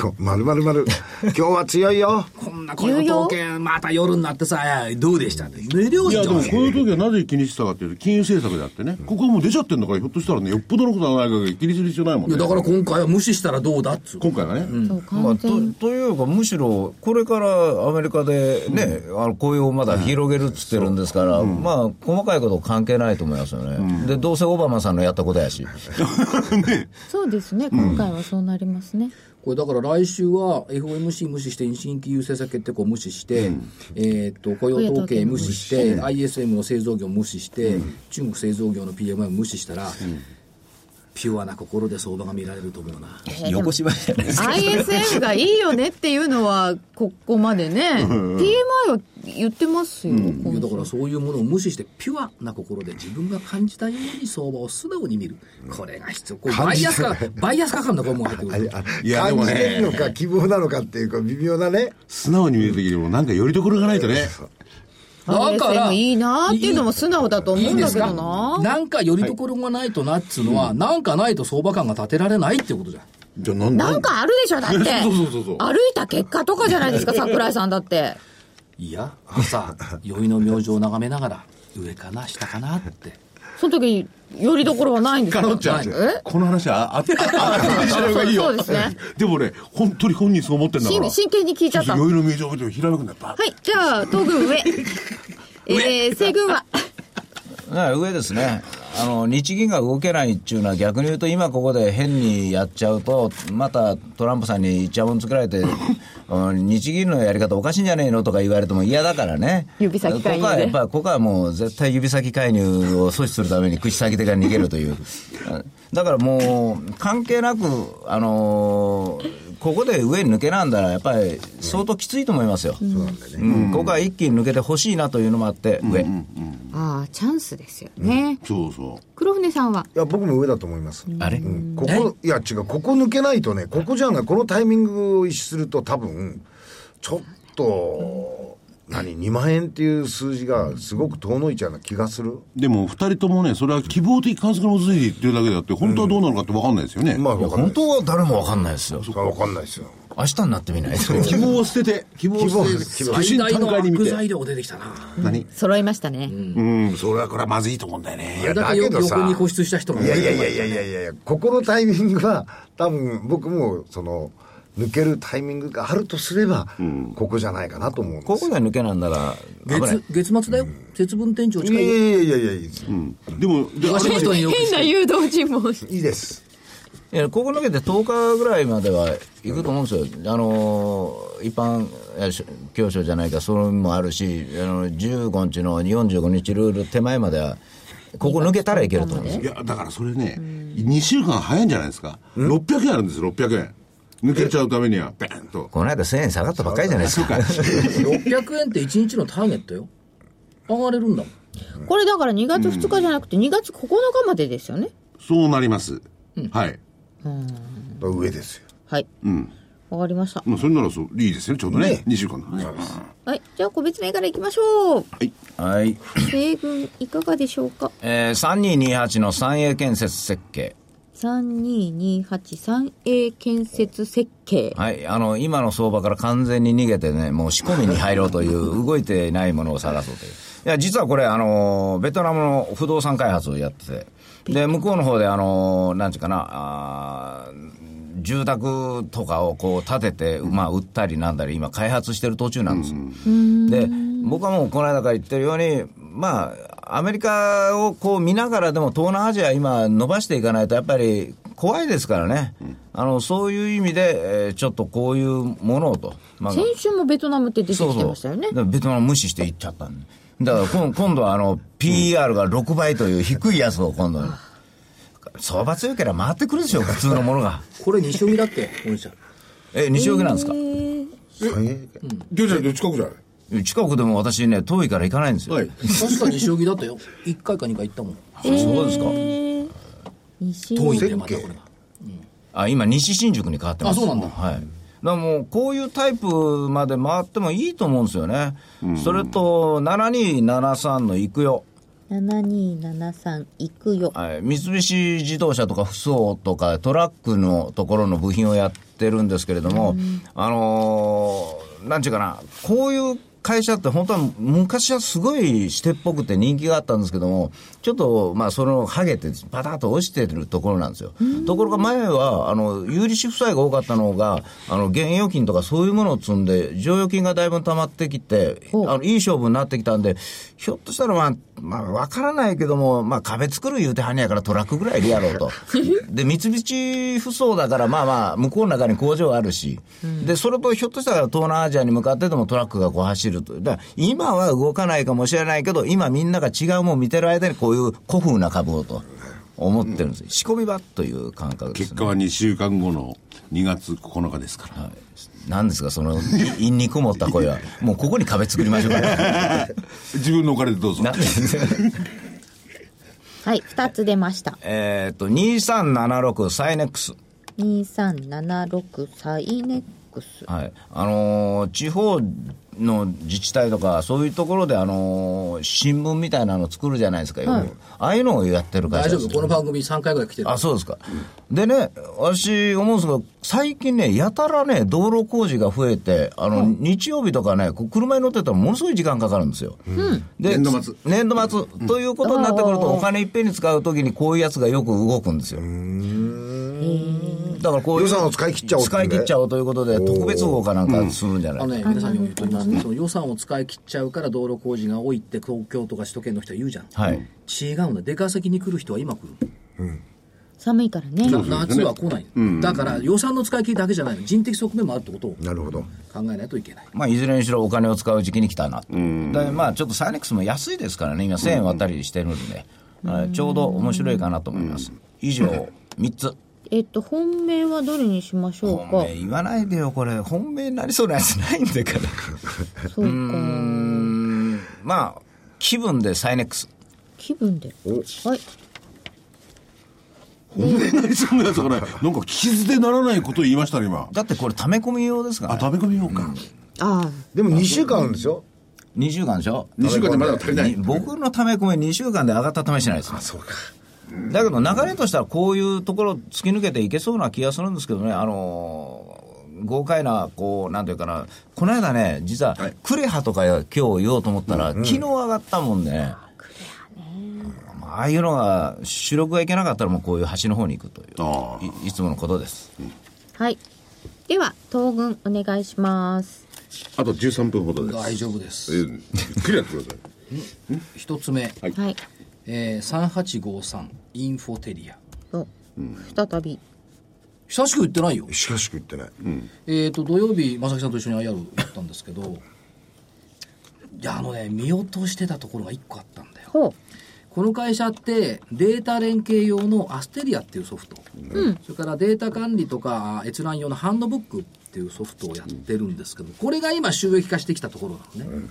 B: こまるまるまる今日は強いよ
C: こんな雇用統計また夜になってさどうでしたって寝りゃいい
F: い
C: じゃ
F: や
C: ん
F: でもこういう時はなぜ気にしてたかっていうと金融政策であってねここはもう出ちゃってんだからひょっとしたらねよっぽどのことはないから気にする必要ないもん
C: い
F: ね
C: やだから今回は無視したらどうだっつう
F: 今回はね、
G: そう
E: まあ、
G: 完
E: と
G: 全に
E: というか、むしろこれからアメリカで、ねあの雇用をまだ広げるっつってるんですから、まあ、細かいこと関係ないと思いますよね、でどうせオバマさんのやったことやし、
G: そうですね今回はそうなりますね、
C: これだから来週は FOMC 無視して、日銀金融政策決定校無視して、えーっと雇用統計無視して、ISM の製造業無視して、中国製造業の PMI 無視したら、ピュアな心で相場が見られると思うな。
E: 横芝居じゃないですか。
G: ISM がいいよねっていうのはここまでね PMI は言ってますよ、今
C: い
G: 週
C: やだからそういうものを無視してピュアな心で自分が感じたように相場を素直に見る、これが必要これバイアスかバイアスかかんだこれもう入ってくる
F: いやでも
B: 感
F: ね
B: じてるのか希望なのかっていうか微妙なね
F: 素直に見る時にもなんかよりどころがないとね
C: だから
G: ISM いいなーっていうのも素直だと思
C: いうい
G: ん
C: で
G: だ
C: す
G: けど
C: か
G: な
C: なんかよりどころがないとなっつうのは、なんかないと相場感が立てられないっていうことじゃん
F: じゃあなん
G: なんかあるでしょだって
F: そうそうそうそう
G: 歩いた結果とかじゃないですか桜井さんだって
C: いやさあ宵の明星を眺めながら上かな下かな [LAUGHS] って
G: その時によりどころはないんです
F: カ
G: か
F: ロッチャ
G: え
F: ーこの話はあってあってしない方がいいよ
G: そうそうですね
F: でもね本当に本人そう思ってんだから
G: 真真剣に聞いちゃった
F: いろいろ名情でひらめくんだよバッ
G: はい、じゃあ、東軍上。えー、西軍は。
E: ね上ですねあの、日銀が動けないっていうのは、逆に言うと、今ここで変にやっちゃうと、またトランプさんにいちゃもんつけられて、 [LAUGHS] うん日銀のやり方おかしいんじゃねえのとか言われても嫌だからね、
G: 指先介入ね
E: ここはやっぱここはもう、絶対指先介入を阻止するために、口先手が逃げるという、だからもう、関係なく、あのここで上に抜けなんだら、やっぱり相当きついと思いますよ、うんここは一気に抜けてほしいなというのもあって、上。
G: ああ、チャンスですよね。
F: そうそ
G: 黒船さんは。
B: いや僕も上だと思います
E: あれ
B: うんここいや違うここ抜けないとねここじゃないこのタイミングを意識すると多分ちょっと何2万円っていう数字がすごく遠のいちゃうような気がする
F: うでも二人ともねそれは希望的観測の続いて言ってるだけであって本当はどうなのかって分かんないですよね、
B: まあ分かんない
E: 本
B: です
E: 当は誰も分かんないですよ
B: それは分かんないですよ
E: 明日になってみないと
F: 希望を捨てて希望を捨て
B: 希
F: て不信
C: 最大
F: 単
C: の
F: 回に見
C: 悪
F: て
C: 材料出てきたな
F: 何
G: 揃いましたね。
F: うんそれはこれはまずいと思うんだよね
B: いや
C: だ
B: だ
C: け
B: け
C: よ
B: どさ
C: 横に固執した人が
B: いやいやいやいやいやいやいやここのタイミングは多分僕もその抜けるタイミングがあるとすれば、ここじゃないかなと思うんですよ
E: [LAUGHS] ここが抜けなんだから危ない
C: 月月末だよ、節分店長
B: い
C: 近
B: や
C: いよ
B: いやいやいやいやいいです、
F: でもで
C: 東の人によく
G: 変な誘導尋問。
B: いいです
E: いやここ抜けて10日ぐらいまでは行くと思うんですよ、あのー一般えし教書じゃないか、それもあるし、あの15日の45日ルール手前までは、ここ抜けたらいけると思うんですよ
F: いやだからそれね2週間早いんじゃないですか600円あるんですよ600円抜けちゃうためには、ベンと。
E: この間1000円下がったばっかりじゃないですか。
C: 600円って1日のターゲットよ上がれるんだもん
G: [LAUGHS] これだから2月2日じゃなくて2月9日までですよね。
F: そうなります。はい。
B: 上ですよ
G: はい。わかりました。
F: まあ、それならそう、いいですね、ちょうどね。
B: ね
F: 2週間の。はい
G: はい。じゃあ個別例からいきましょう。
E: [LAUGHS] はい。
G: 米軍いかがでしょうか
E: えー、3228の三栄建設設計。
G: 3228-3A 建設設計。
E: はい。あの、今の相場から完全に逃げてね、もう仕込みに入ろうと [LAUGHS] いう、動いてないものを探そうという。いや、実はこれ、あの、ベトナムの不動産開発をやってて、で、向こうの方で、あの、なんていうかな、あー住宅とかをこう建てて、まあ、売ったりなんだり、今開発してる途中なんですよ。で、僕はもうこの間から言ってるように、まあ、アメリカをこう見ながらでも東南アジア今伸ばしていかないとやっぱり怖いですからね。あの、そういう意味で、えーちょっとこういうものをと。まあ
G: 先週もベトナムって出て
E: そう
G: きて
E: そ
G: ま
E: う。
G: したよね。
E: だからベトナム無視して行っちゃったんでだから今今度はあの、PR が6倍という低いやつを今度は相場強ければ回ってくるでしょ
G: [LAUGHS]
E: うか、普通のものが。
C: これ西荻だっけ本社
E: え、西荻なんですか、
F: 魚ちゃんと近くじゃない
E: 近くでも私ね、遠いから行かないんですよ。
F: はい。
C: 確か西荻だったよ1回か2回行ったもん
E: そうですか。
G: 西
C: 遠いんでまたこれが
E: あ今、西新宿に変わってます。
C: あそうなんだ
E: はい。だからもう、こういうタイプまで回ってもいいと思うんですよね。それと、7273の行くよ。
G: 7273行くよ。
E: はい三菱自動車とか、フソとか、トラックのところの部品をやってるんですけれども、あのーなんちゅうかな、こういう会社って本当は昔はすごいしてっぽくて人気があったんですけども、ちょっと、まあ、その、ハゲて、バタッと落ちてるところなんですよ。ところが前は、あの、有利子負債が多かったのが、あの、現預金とかそういうものを積んで、剰余金がだいぶ溜まってきて、あの、いい勝負になってきたんで、ひょっとしたらまあ、まあ、わからないけども、まあ、壁作る言うてはんねやからトラックぐらいでやろうと。で、三菱不走だから、まあまあ、向こうの中に工場あるし、で、それとひょっとしたら東南アジアに向かってでもトラックがこう走ると。だから今は動かないかもしれないけど、今みんなが違うもん見てる間にこういう古風な株をと。思ってるんです、仕込み場という感覚です、ね、
F: 結果は2週間後の2月9日ですから。
E: 何ですか、その、い陰にこもった声は。もうここに壁作りましょうか。
F: 自分のお金でどうぞ。
E: なんで
G: はい、2つ出ました。
E: えーっと、2376サイネックス。
G: 2376サイネックス。
E: はい。あのー地方の自治体とか、そういうところで、あのー新聞みたいなの作るじゃないですか、よくああいうのをやってる会
C: 大
E: 社
C: 丈
E: で
C: 夫
E: す。
C: この番組3回ぐらい来てる
E: あ、そうですか。でね、私思うんですが、最近ね、やたらね、道路工事が増えて、あの、日曜日とかね、こう車に乗ってたらものすごい時間かかるんですよ。で
F: 年度末
E: 年度末、ということになってくると、お金いっぺんに使うときにこういうやつがよく動くんですよ。だからこういう。
B: 予算を使い切っちゃおうってね
E: 使い切っちゃおうということで、特別号かなんかするんじゃない
C: あのね、皆さんにも言っておりますけど、その予算を使い切っちゃうから道路工事が多いって東京とか首都圏の人は言うじゃん。
E: はい。
C: 違うんだ。出稼ぎに来る人は今来る。
G: 寒いからね。
C: 夏は来ない。だから予算の使い切りだけじゃないの。人的側面もあるってことを
B: なるほど
C: 考えないといけない。
E: まあ、いずれにしろお金を使う時期に来たなと。で、まあ、ちょっとサイネックスも安いですからね、今1000円割ったりしてるんで、はいちょうど面白いかなと思います。以上、3つ。 [LAUGHS]
G: えっと、本命はどれにしましょう
E: 本
G: か
E: 命言わないでよ、これ。本命になりそうなやつないんだから。 [LAUGHS]
G: そうか。
E: うん、まあ、気分でサイネックス。
G: 気分で。はい。
F: 本命になり [LAUGHS] そうなやつだから、なんか聞き捨てならないことを言いましたね、今。
E: だってこれ、溜め込み用ですから、
F: あ、
E: ね。
F: 食べ込みようか。
G: あ
B: でも2週間あるんですよ
E: 2週間でしょ
F: 2週間でまだ足りない
E: に。僕の溜め込み2週間で上がった試しないです。
B: そうか
E: だけど流れとしたらこういうところ突き抜けていけそうな気がするんですけどね、あのー豪快な、こう、なんていうかな、この間ね、実は、クレハとか今日言おうと思ったら、昨日上がったもんね。うんまあああいうのが、主力がいけなかったらもうこういう橋の方に行くと
F: あ
E: いう、いいつものことです。
G: あ。はい。では、東軍お願いします。
F: あと13分ほどです。
C: 大丈夫で
F: え
C: す。
F: ーゆっくりやってください。
C: 一つ目、
F: い
G: はい。
C: えー、3853インフォテリア。
G: お再び。
C: 久しく言ってないよ。
B: 久しく言ってない、
C: えー、と土曜日正木さんと一緒に IR 行ったんですけどいやあのね見落としてたところが1個あったんだよ
G: ほう。
C: この会社ってデータ連携用のアステリアっていうソフト、それからデータ管理とか閲覧用のハンドブックっていうソフトをやってるんですけど、これが今収益化してきたところなのね、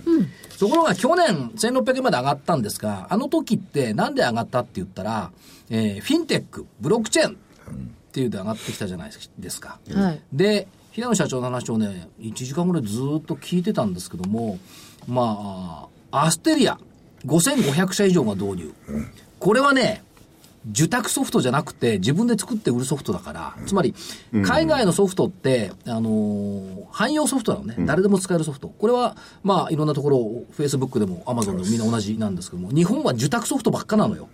C: ところが去年1600円まで上がったんですがあの時ってなんで上がったって言ったら、えーフィンテックブロックチェーンっていうで上がってきたじゃないですか、
G: はい
C: で平野社長の話をね1時間ぐらいずーっと聞いてたんですけどもまあアステリア5500社以上が導入、これはね受託ソフトじゃなくて自分で作って売るソフトだから、つまり海外のソフトって、あのー汎用ソフトなのね、誰でも使えるソフトこれはまあいろんなところフェイスブックでもアマゾンでもみんな同じなんですけども日本は受託ソフトばっかなのよ、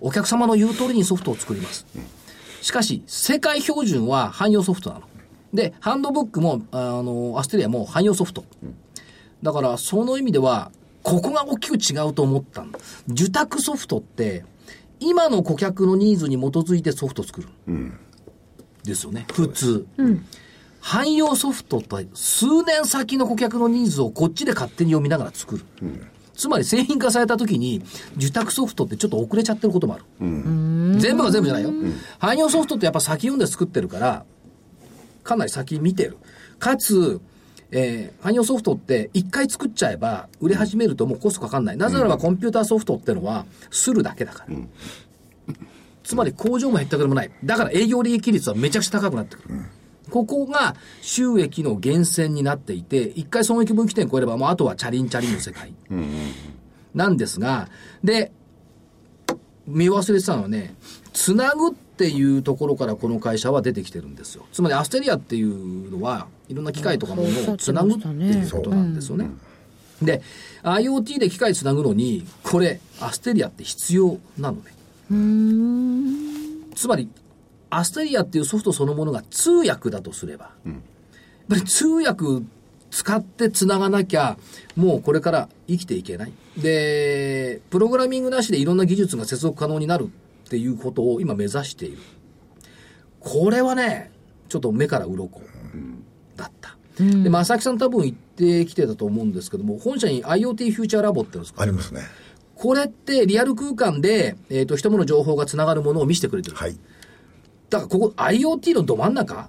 C: お客様の言う通りにソフトを作ります、しかし、世界標準は汎用ソフトなの。で、ハンドブックも、あの、アステリアも汎用ソフト。だから、その意味では、ここが大きく違うと思ったんだ。受託ソフトって、今の顧客のニーズに基づいてソフトを作る。ですよね、普通。汎用ソフトって、数年先の顧客のニーズをこっちで勝手に読みながら作る。つまり製品化された時に受託ソフトってちょっと遅れちゃってることもある、全部が全部じゃないよ、汎用ソフトってやっぱ先読んで作ってるからかなり先見てるかつ、えー汎用ソフトって一回作っちゃえば売れ始めるともうコストかかんないなぜならばコンピューターソフトってのはするだけだから、つまり工場も減ったくれもないだから営業利益率はめちゃくちゃ高くなってくる、ここが収益の源泉になっていて一回損益分岐点超えればもうあとはチャリンチャリンの世界なんですがで見忘れてたのはね、つなぐっていうところからこの会社は出てきてるんですよ。つまりアステリアっていうのは、いろんな機械とかものをつなぐっていうことなんですよね。で、IoT で機械つなぐのに、これ、アステリアって必要なのね。つまり、アステリアっていうソフトそのものが通訳だとすれば、やっぱり通訳使ってつながなきゃ、もうこれから生きていけない。で、プログラミングなしでいろんな技術が接続可能になるっていうことを今目指している。これはね、ちょっと目から鱗だった。で、正木さん多分行ってきてたと思うんですけども、本社に IoT フューチャーラボってあるんですか
B: ありますね
C: これってリアル空間で、えっ、と、人もの情報がつながるものを見せてくれてる。
B: はい
C: だからここ IoT のど真ん中、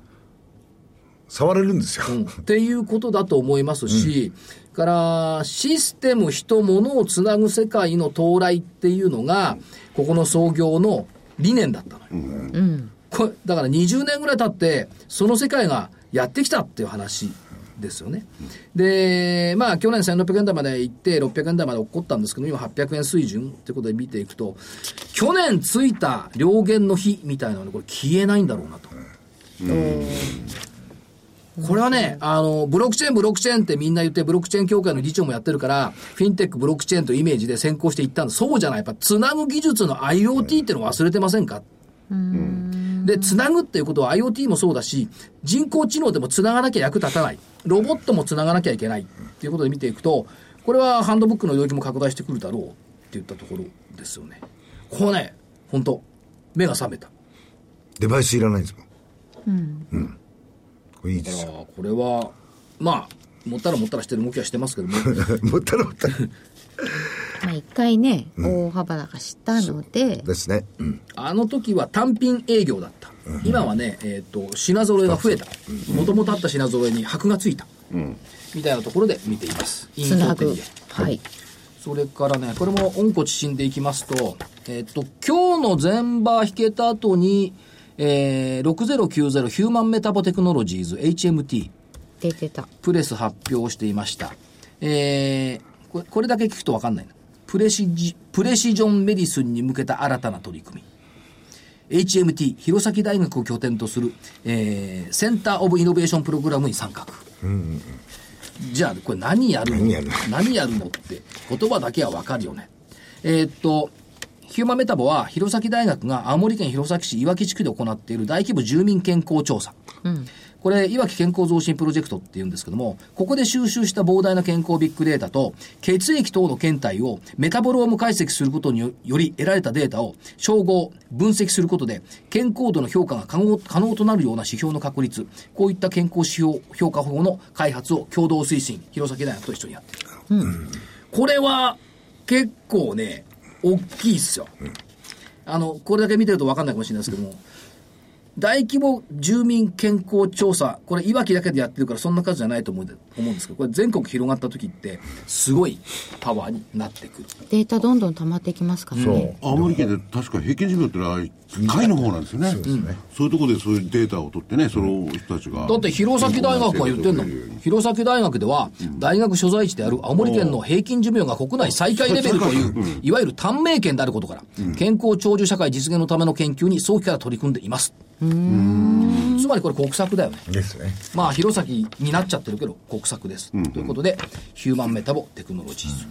B: 触れるんですよ、
C: うんっていうことだと思いますし、からシステム、人、物をつなぐ世界の到来っていうのが、ここの創業の理念だったのよ、これだから20年ぐらい経って、その世界がやってきたっていう話ですよね。で、まあ、去年1600円台まで行って、600円台まで落っこったんですけど、今800円水準ってことで見ていくと、去年ついた良言の日みたいなのはねこれ消えないんだろうなと。これはね、あの、ブロックチェーン、ブロックチェーンってみんな言って、ブロックチェーン協会の議長もやってるから、フィンテック、ブロックチェーンというイメージで先行していったんですそうじゃない。やっぱ、つなぐ技術の IoT っていうのを忘れてませんかで、つなぐっていうことは IoT もそうだし、人工知能でもつながなきゃ役立たない。ロボットもつながなきゃいけない。っていうことで見ていくと、これはハンドブックの領域も拡大してくるだろうって言ったところですよね。こうね、本当目が覚めた。
B: デバイスいらないんですもんうん、これいいで
C: い
B: す
C: や
B: [LAUGHS] よ
C: ーこれは、まあ、持ったら持ったらしてる動きはしてますけども、
B: もったいなかった
G: まあ一回ね、大幅高したので、
B: ですね、
C: あの時は単品営業だった。今はね、えっ、と、品揃えが増えた。もともとあった品揃えに箔がついた。みたいなところで見ています。イン
G: つな
C: フ
G: ぐ
C: ォテリ。
G: はい。
C: アそれからね、これも温故知新でいきますと、えっ、と、今日の前場引けた後に、えー、6090ヒューマンメタボテクノロジーズ HMT。
G: 出てた。
C: プレス発表していました。えー、これこれだけ聞くと分かんないな。プレシジ、プレシジョンメディスンに向けた新たな取り組み。HMT、弘前大学を拠点とする、えー、センターオブイノベーションプログラムに参画。じゃあ、これ何やるの
B: 何やるの
C: 何やるのって、言葉だけは分かるよね。えーっと、ヒューマンメタボは、弘前大学が青森県弘前市岩木地区で行っている大規模住民健康調査。これ、いわき健康増進プロジェクトっていうんですけども、ここで収集した膨大な健康ビッグデータと、血液等の検体をメタボローム解析することによより得られたデータを照合、分析することで、健康度の評価が可能可能となるような指標の確立、こういった健康指標評価法の開発を共同推進、弘前大学と一緒にやっている。これは結構ね、大きいですよ、あのこれだけ見てると分かんないかもしれないですけども大規模住民健康調査これいわきだけでやってるからそんな数じゃないと思うんで思うんですけどこれ全国広がった時ってすごいパワーになってくる
G: データどんどん溜まってきますからね。
F: 青森県で確か平均寿命ってのは下位の方なんですよねそういうところでそういうデータを取ってねその人たちが
C: だって弘前大学が言ってんだもん弘前大学では大学所在地である青森県の平均寿命が国内最下位レベルといういわゆる短命県であることから健康長寿社会実現のための研究に早期から取り組んでいますつまりこれ国策だよね
B: ですね
C: まあ弘前になっちゃってるけど国策ですということでヒューマンメタボテクノロジーズ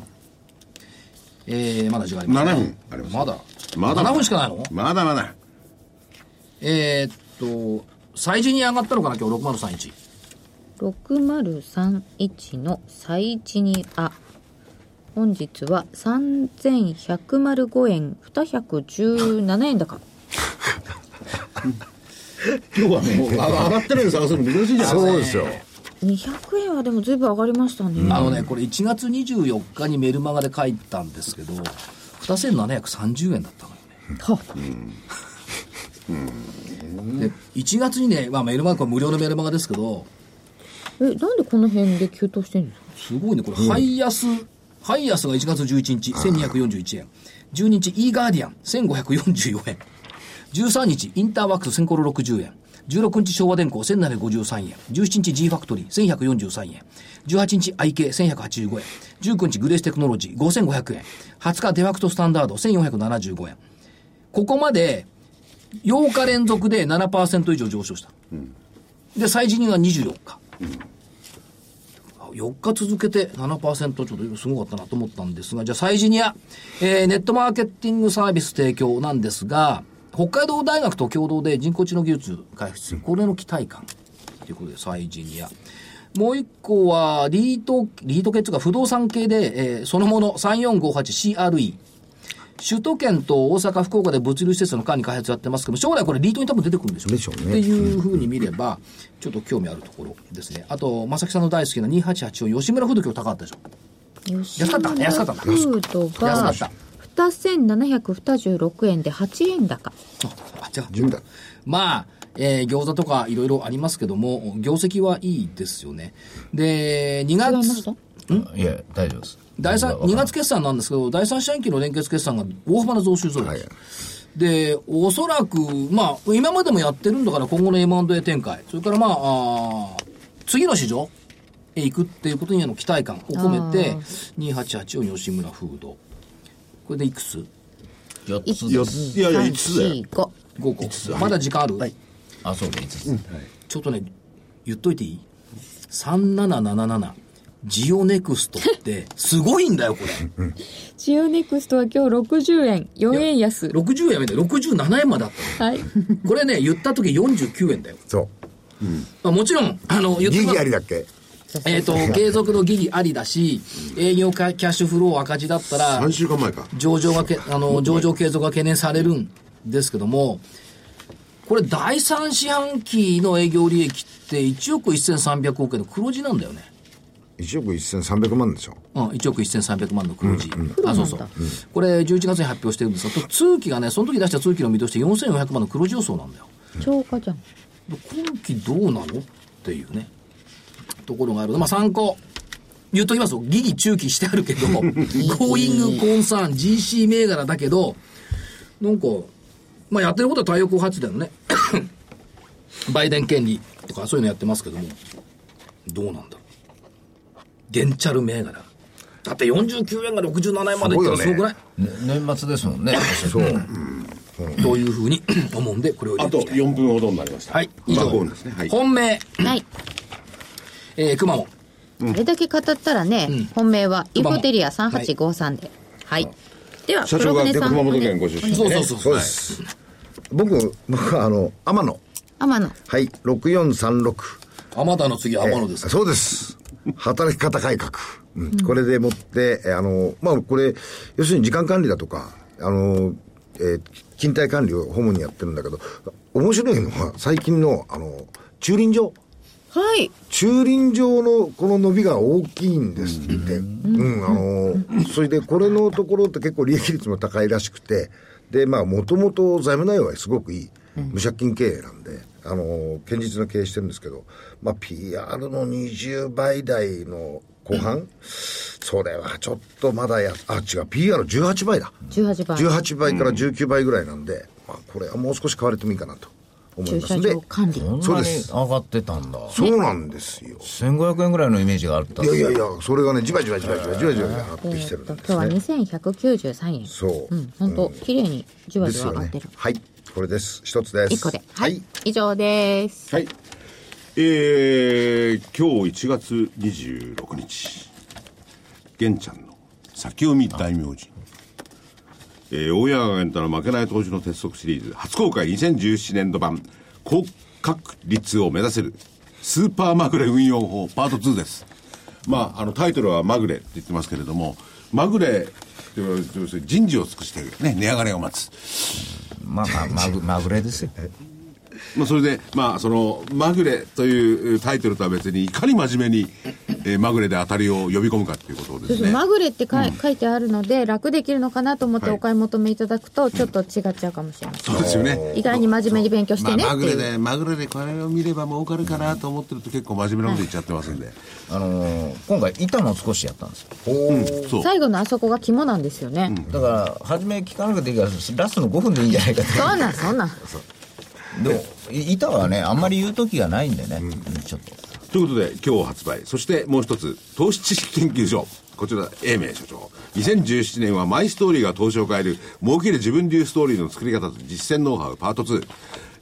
C: えーまだ時間あります
F: 7分あります
C: まだ
F: まだ
C: 7分しかないの
F: まだまだ
C: えーっと最時に上がったのかな今日6031
G: 6031の最一にあ本日は3105円217円高
F: 今日はもうあ上がってるのに探すの難しいじゃない
B: そうですよ
G: 200円はでも随分上がりましたね、
C: あのね、これ1月24日にメルマガで書いたんですけど、2730円だったからね。 [LAUGHS] で1月にね、まあ、メルマガこれ無料のメルマガですけど、
G: えなんでこの辺で急騰してるんですか
C: すごいね、これ、ハイ安、ハイ安が1月11日、1241円。12日、イーガーディアン、1544円。13日、インターワークス、1560円。16日、昭和電工、1753円。17日、G ファクトリー、1143円。18日、IK、1185円。19日、グレーステクノロジー、5500円。20日、デファクトスタンダード、1475円。ここまで、8日連続で7%以上上昇した。で、最辞任が24日。4日続けて7%ちょっとすごかったなと思ったんですが、じゃあサイジニア、えーネットマーケティングサービス提供なんですが、北海道大学と共同で人工知能技術開発する、これの期待感ということで、サイジニア。もう一個は、リート、リート系というか不動産系で、えーそのもの 3458CRE。首都圏と大阪、福岡で物流施設の管理開発やってますけど、将来これリートに多分出てくるんでしょうね。
B: でしょうね
C: っていうふうに見れば、ちょっと興味あるところですね。あと、正木さんの大好きな2884、吉村フード今日高かったでしょ。
G: 吉
C: かったね安かった
G: 村フードが
C: 安かっ
G: 2726円で8円高
C: あ、違う。
B: 順だ
C: まあ、えー餃子とかいろいろありますけども、業績はいいですよね。で、2
G: 違いま
C: 月
G: した、
E: いや、大丈夫です。
C: 第三2月決算なんですけど、第三四半期の連結決算が大幅な増収増です。で、おそらく、まあ、今までもやってるんだから、今後の M&A 展開、それからまあ、あー次の市場へ行くっていうことにの期待感を込めて、2884吉村フード。これでいくつ
E: 4つで
F: よっ
E: す。
F: いやいやいつだよ
G: 345
C: ?5 個。まだ時間ある、
E: あ、そうか、5つ。
C: ちょっとね、言っといていい ?3777。ジオネクストって、すごいんだよ、これ。
G: ジオネクストは今日60円4円安
C: 60円やめて、67円まであったの
G: はい
C: これね、言った時49円だよ。
B: そう
C: まあ、もちろん、あの、言った
B: ギ
C: の
B: ギありだっけ
C: えっ、と、継続の疑義ありだし、営業かキャッシュフロー赤字だったら
F: 3、週間前か
C: 上場がけ、あの、上場継続が懸念されるんですけども、これ第三四半期の営業利益って1億1300億円の黒字なんだよね。
B: 1億1300万でしょ
C: うん、1億1300万の黒字。あ、そうそう。これ11月に発表してるんですが、通期がね、その時出した通期の見通しで4400万の黒字予想なんだよ。
G: 超過じゃん
C: で今期どうなのっていうねところがあるのまあ参考言っときますよ疑義中期してあるけどゴーイングコンサーン GC 銘柄だけどなんか、まあ、やってることは太陽光発電のね [COUGHS] 売電権利とかそういうのやってますけどもどうなんだろう電チャル銘柄だって49円が67円までいったらす
B: すごいよね
C: ごくない
E: ね年末ですもんね。
B: そう
C: というふうに思うんでこれを入れ
F: あ
C: て
F: と
C: いきたい
F: 4分ほどになりました
C: はい以上
F: バゴンですねはい
C: 本命、
G: はい
C: えー、熊本
G: あれだけ語ったらね、本命はインフォテリア3853で。はい。では、
F: 社
G: プ
F: 長
G: ロ
F: が
G: グネ
F: で
G: さん。
F: 熊本県ご出身
C: そうそう
F: でね
C: そう
B: そうです、僕僕はあの天野
G: 天野。
B: はい6436
C: 天田の次は天野です、
B: そうです。働き方改革。うんこれでもって、えーあの、まあ、これ、要するに時間管理だとか、あの、えー勤怠管理を主にやってるんだけど、面白いのは、最近の、あの、駐輪場。
G: はい。
B: 駐輪場のこの伸びが大きいんですって。うん、あの、それでこれのところって結構利益率も高いらしくて、で、まあ、もともと財務内容はすごくいい。無借金経営なんで、あの、堅実な経営してるんですけど、まあ、PR の20倍台の後半、それはちょっとまだや、あ、違う、PR18 倍だ。
G: 18番。
B: 18倍から19倍ぐらいなんで、まあ、これはもう少し買われてもいいかなと思
G: 駐
B: います
G: 車
B: んで
G: 場、管理。
E: こん
B: そう
E: な
B: で
E: に
B: す
E: 上がってたんだ。
B: そうなんですよ。
E: 1500円ぐらいのイメージがあった
B: いやいやいや、それがね、じわじわじわじわじわじわじわ上がってきてるん
G: 今
B: で
G: 日
B: す
G: は
B: ね。
G: 2193円。
B: そう
G: うん、本当綺麗にじわ
B: で
G: じ
B: す
G: わ
B: よ
G: 上がっ
B: ね
G: てる。。
B: はい、これです。一つです。
G: 一個で。は
B: はいい。。
G: 以上です。
F: はい。えー、今日1月26日、玄ちゃんの先読み大名人。えー、大谷がエンタの負けない投資の鉄則シリーズ、初公開2017年度版、高確率を目指せる、スーパーマグレ運用法、パート2です。まあ、あの、タイトルはまぐれって言ってますけれども、まぐれ、要するに人事を尽くして、ね、値上がりを待つ。
E: まあ
C: [LAUGHS]
E: まあ、まぐまぐれですよ。
F: まあ、それで、まあ、その、まぐれというタイトルとは別に、いかに真面目に、えーまぐれで当たりを呼び込むかということをで
G: そう
F: す
G: そう
F: ね。
G: まぐれってかい書いてあるので、楽できるのかなと思って
F: はい
G: お買い求めいただくと、ちょっと違っちゃうかもしれません。
F: そうですよね。
G: 意外に真面目に勉強してね
F: まあ、
G: っ
F: ま
G: て
F: ぐれ
G: いう。
F: で、まぐれでこれを見れば儲かるかなと思ってると結構真面目なこと言っちゃってますんで。
E: あのー今回板も少しやったんですよ。
F: そう。
G: 最後のあそこが肝なんですよね。
E: だから、初め聞かなくていいから、ラストの5分でいいんじゃないか
G: そんなん、そんなん。
E: と。でも、い板はね、あんまり言う時がないんでね、うんちょっと。
F: ということで、今日発売。そしてもう一つ、投資知識研究所。こちら、英明所長。2017年はマイストーリーが投資を変える、儲ける自分流ストーリーの作り方と実践ノウハウパート2。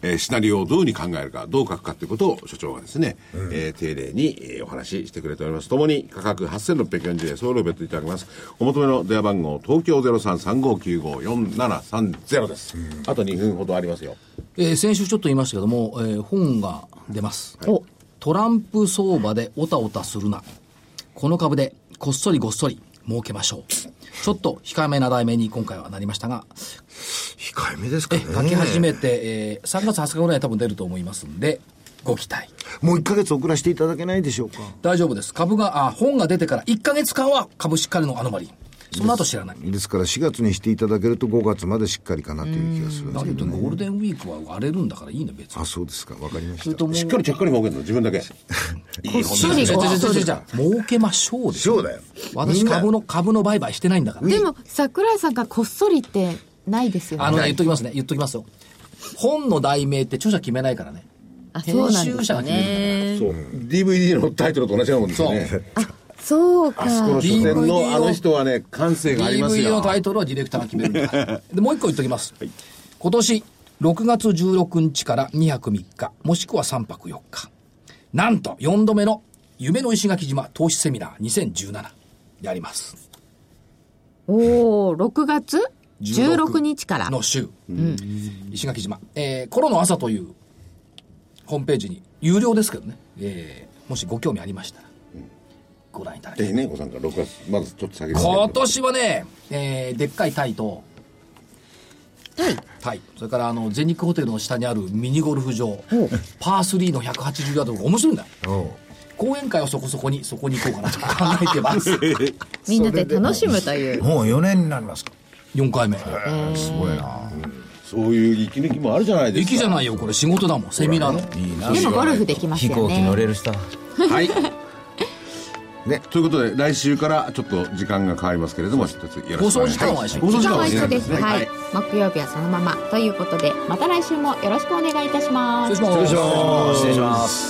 F: えーシナリオをどういうふうに考えるか、どう書くかということを所長がですね、えー丁寧に、えーお話ししてくれております。ともに価格8640円、送料別途いただきます。お求めの電話番号、東京0335954730です。あと2分ほどありますよ。
C: えー先週ちょっと言いましたけども、えー本が出ます、トランプ相場でおたおたするなこの株でこっそりごっそり儲けましょうちょっと控えめな題名に今回はなりましたが
B: 控えめですか
C: え
B: ね。
C: 書き始めて、えー3月20日ぐらいに多分出ると思いますんでご期待
B: もう1ヶ月遅らせていただけないでしょうか。
C: 大丈夫です株があ本が出てから1か月間は株しっかりのアノマリーその後知らない
B: ですから4月にしていただけると5月までしっかりかなという気がするんで
C: だ
B: す
C: け
B: けど
C: ど
B: ね。
C: ゴールデンウィークは割れるんだからいいね別に
B: あ、そうですか。わかりま
C: そ
B: し
C: れ
B: た。
C: ともう
F: しっかりちゃっかり儲けるの、自分だけ。いい本
C: ちょちょちょちょちょちょ儲けましょうです
B: そうだよ。
C: 私株の、株の売買してないんだから。
G: でも、桜井さんがこっそりってないですよ
C: あの
G: ね。
C: ね、言っときますね。言っときますよ。本の題名って著者決めないからね。
G: あ、そうなんで
C: 編集
G: す
C: 者が
G: よ
C: 決め
G: ね。
F: そう DVD のタイトルと同じようなもんですよね
C: そう
G: そうか。
F: この書店
C: DVD を
F: のあの人はね感性があります
C: DVD の
F: よ
C: タイトルはディレクターが決めるんだ
F: [LAUGHS]
C: から。で、もう一個言っときます。今年6月16日から2泊3日、もしくは3泊4日。なんと4度目の夢の石垣島投資セミナー2017やります。
G: おお、6月 ?16 日から。
C: の週。石垣島。えー、コロの朝というホームページに有料ですけどね。えー、もしご興味ありましたら、ご覧いただき
F: ぜひねご参加6月まずちょっと下げて
C: 今年はね、えーでっかいタイと、タイそれからあの全日空ホテルの下にあるミニゴルフ場パー3の180ヤードが面白いんだ講演会はそこそこにそこに行こうかなと考えてます
E: [LAUGHS]
G: みんなで楽しむという。
E: もう4年になりますか。
C: 4回目
E: すごいな。
F: そういう息抜きもあるじゃないですか
C: 駅じゃないよこれ仕事だもんセミナーの
E: いいな。
G: でもゴルフできます
E: 飛
G: よ
E: 行機乗
G: ね。
E: れる人は。
F: はいね、ということで来週からちょっと時間が変わりますけれども一つよろしくお
C: 放
F: 願いします
C: 送時間は一緒
F: 放送時間は
G: 一
F: 一緒
G: 緒で。
F: ですす
G: は
F: ね
G: い、木曜日はそのままということで、また来週もよろしくお願いいたします
C: 失礼します
E: 失礼します。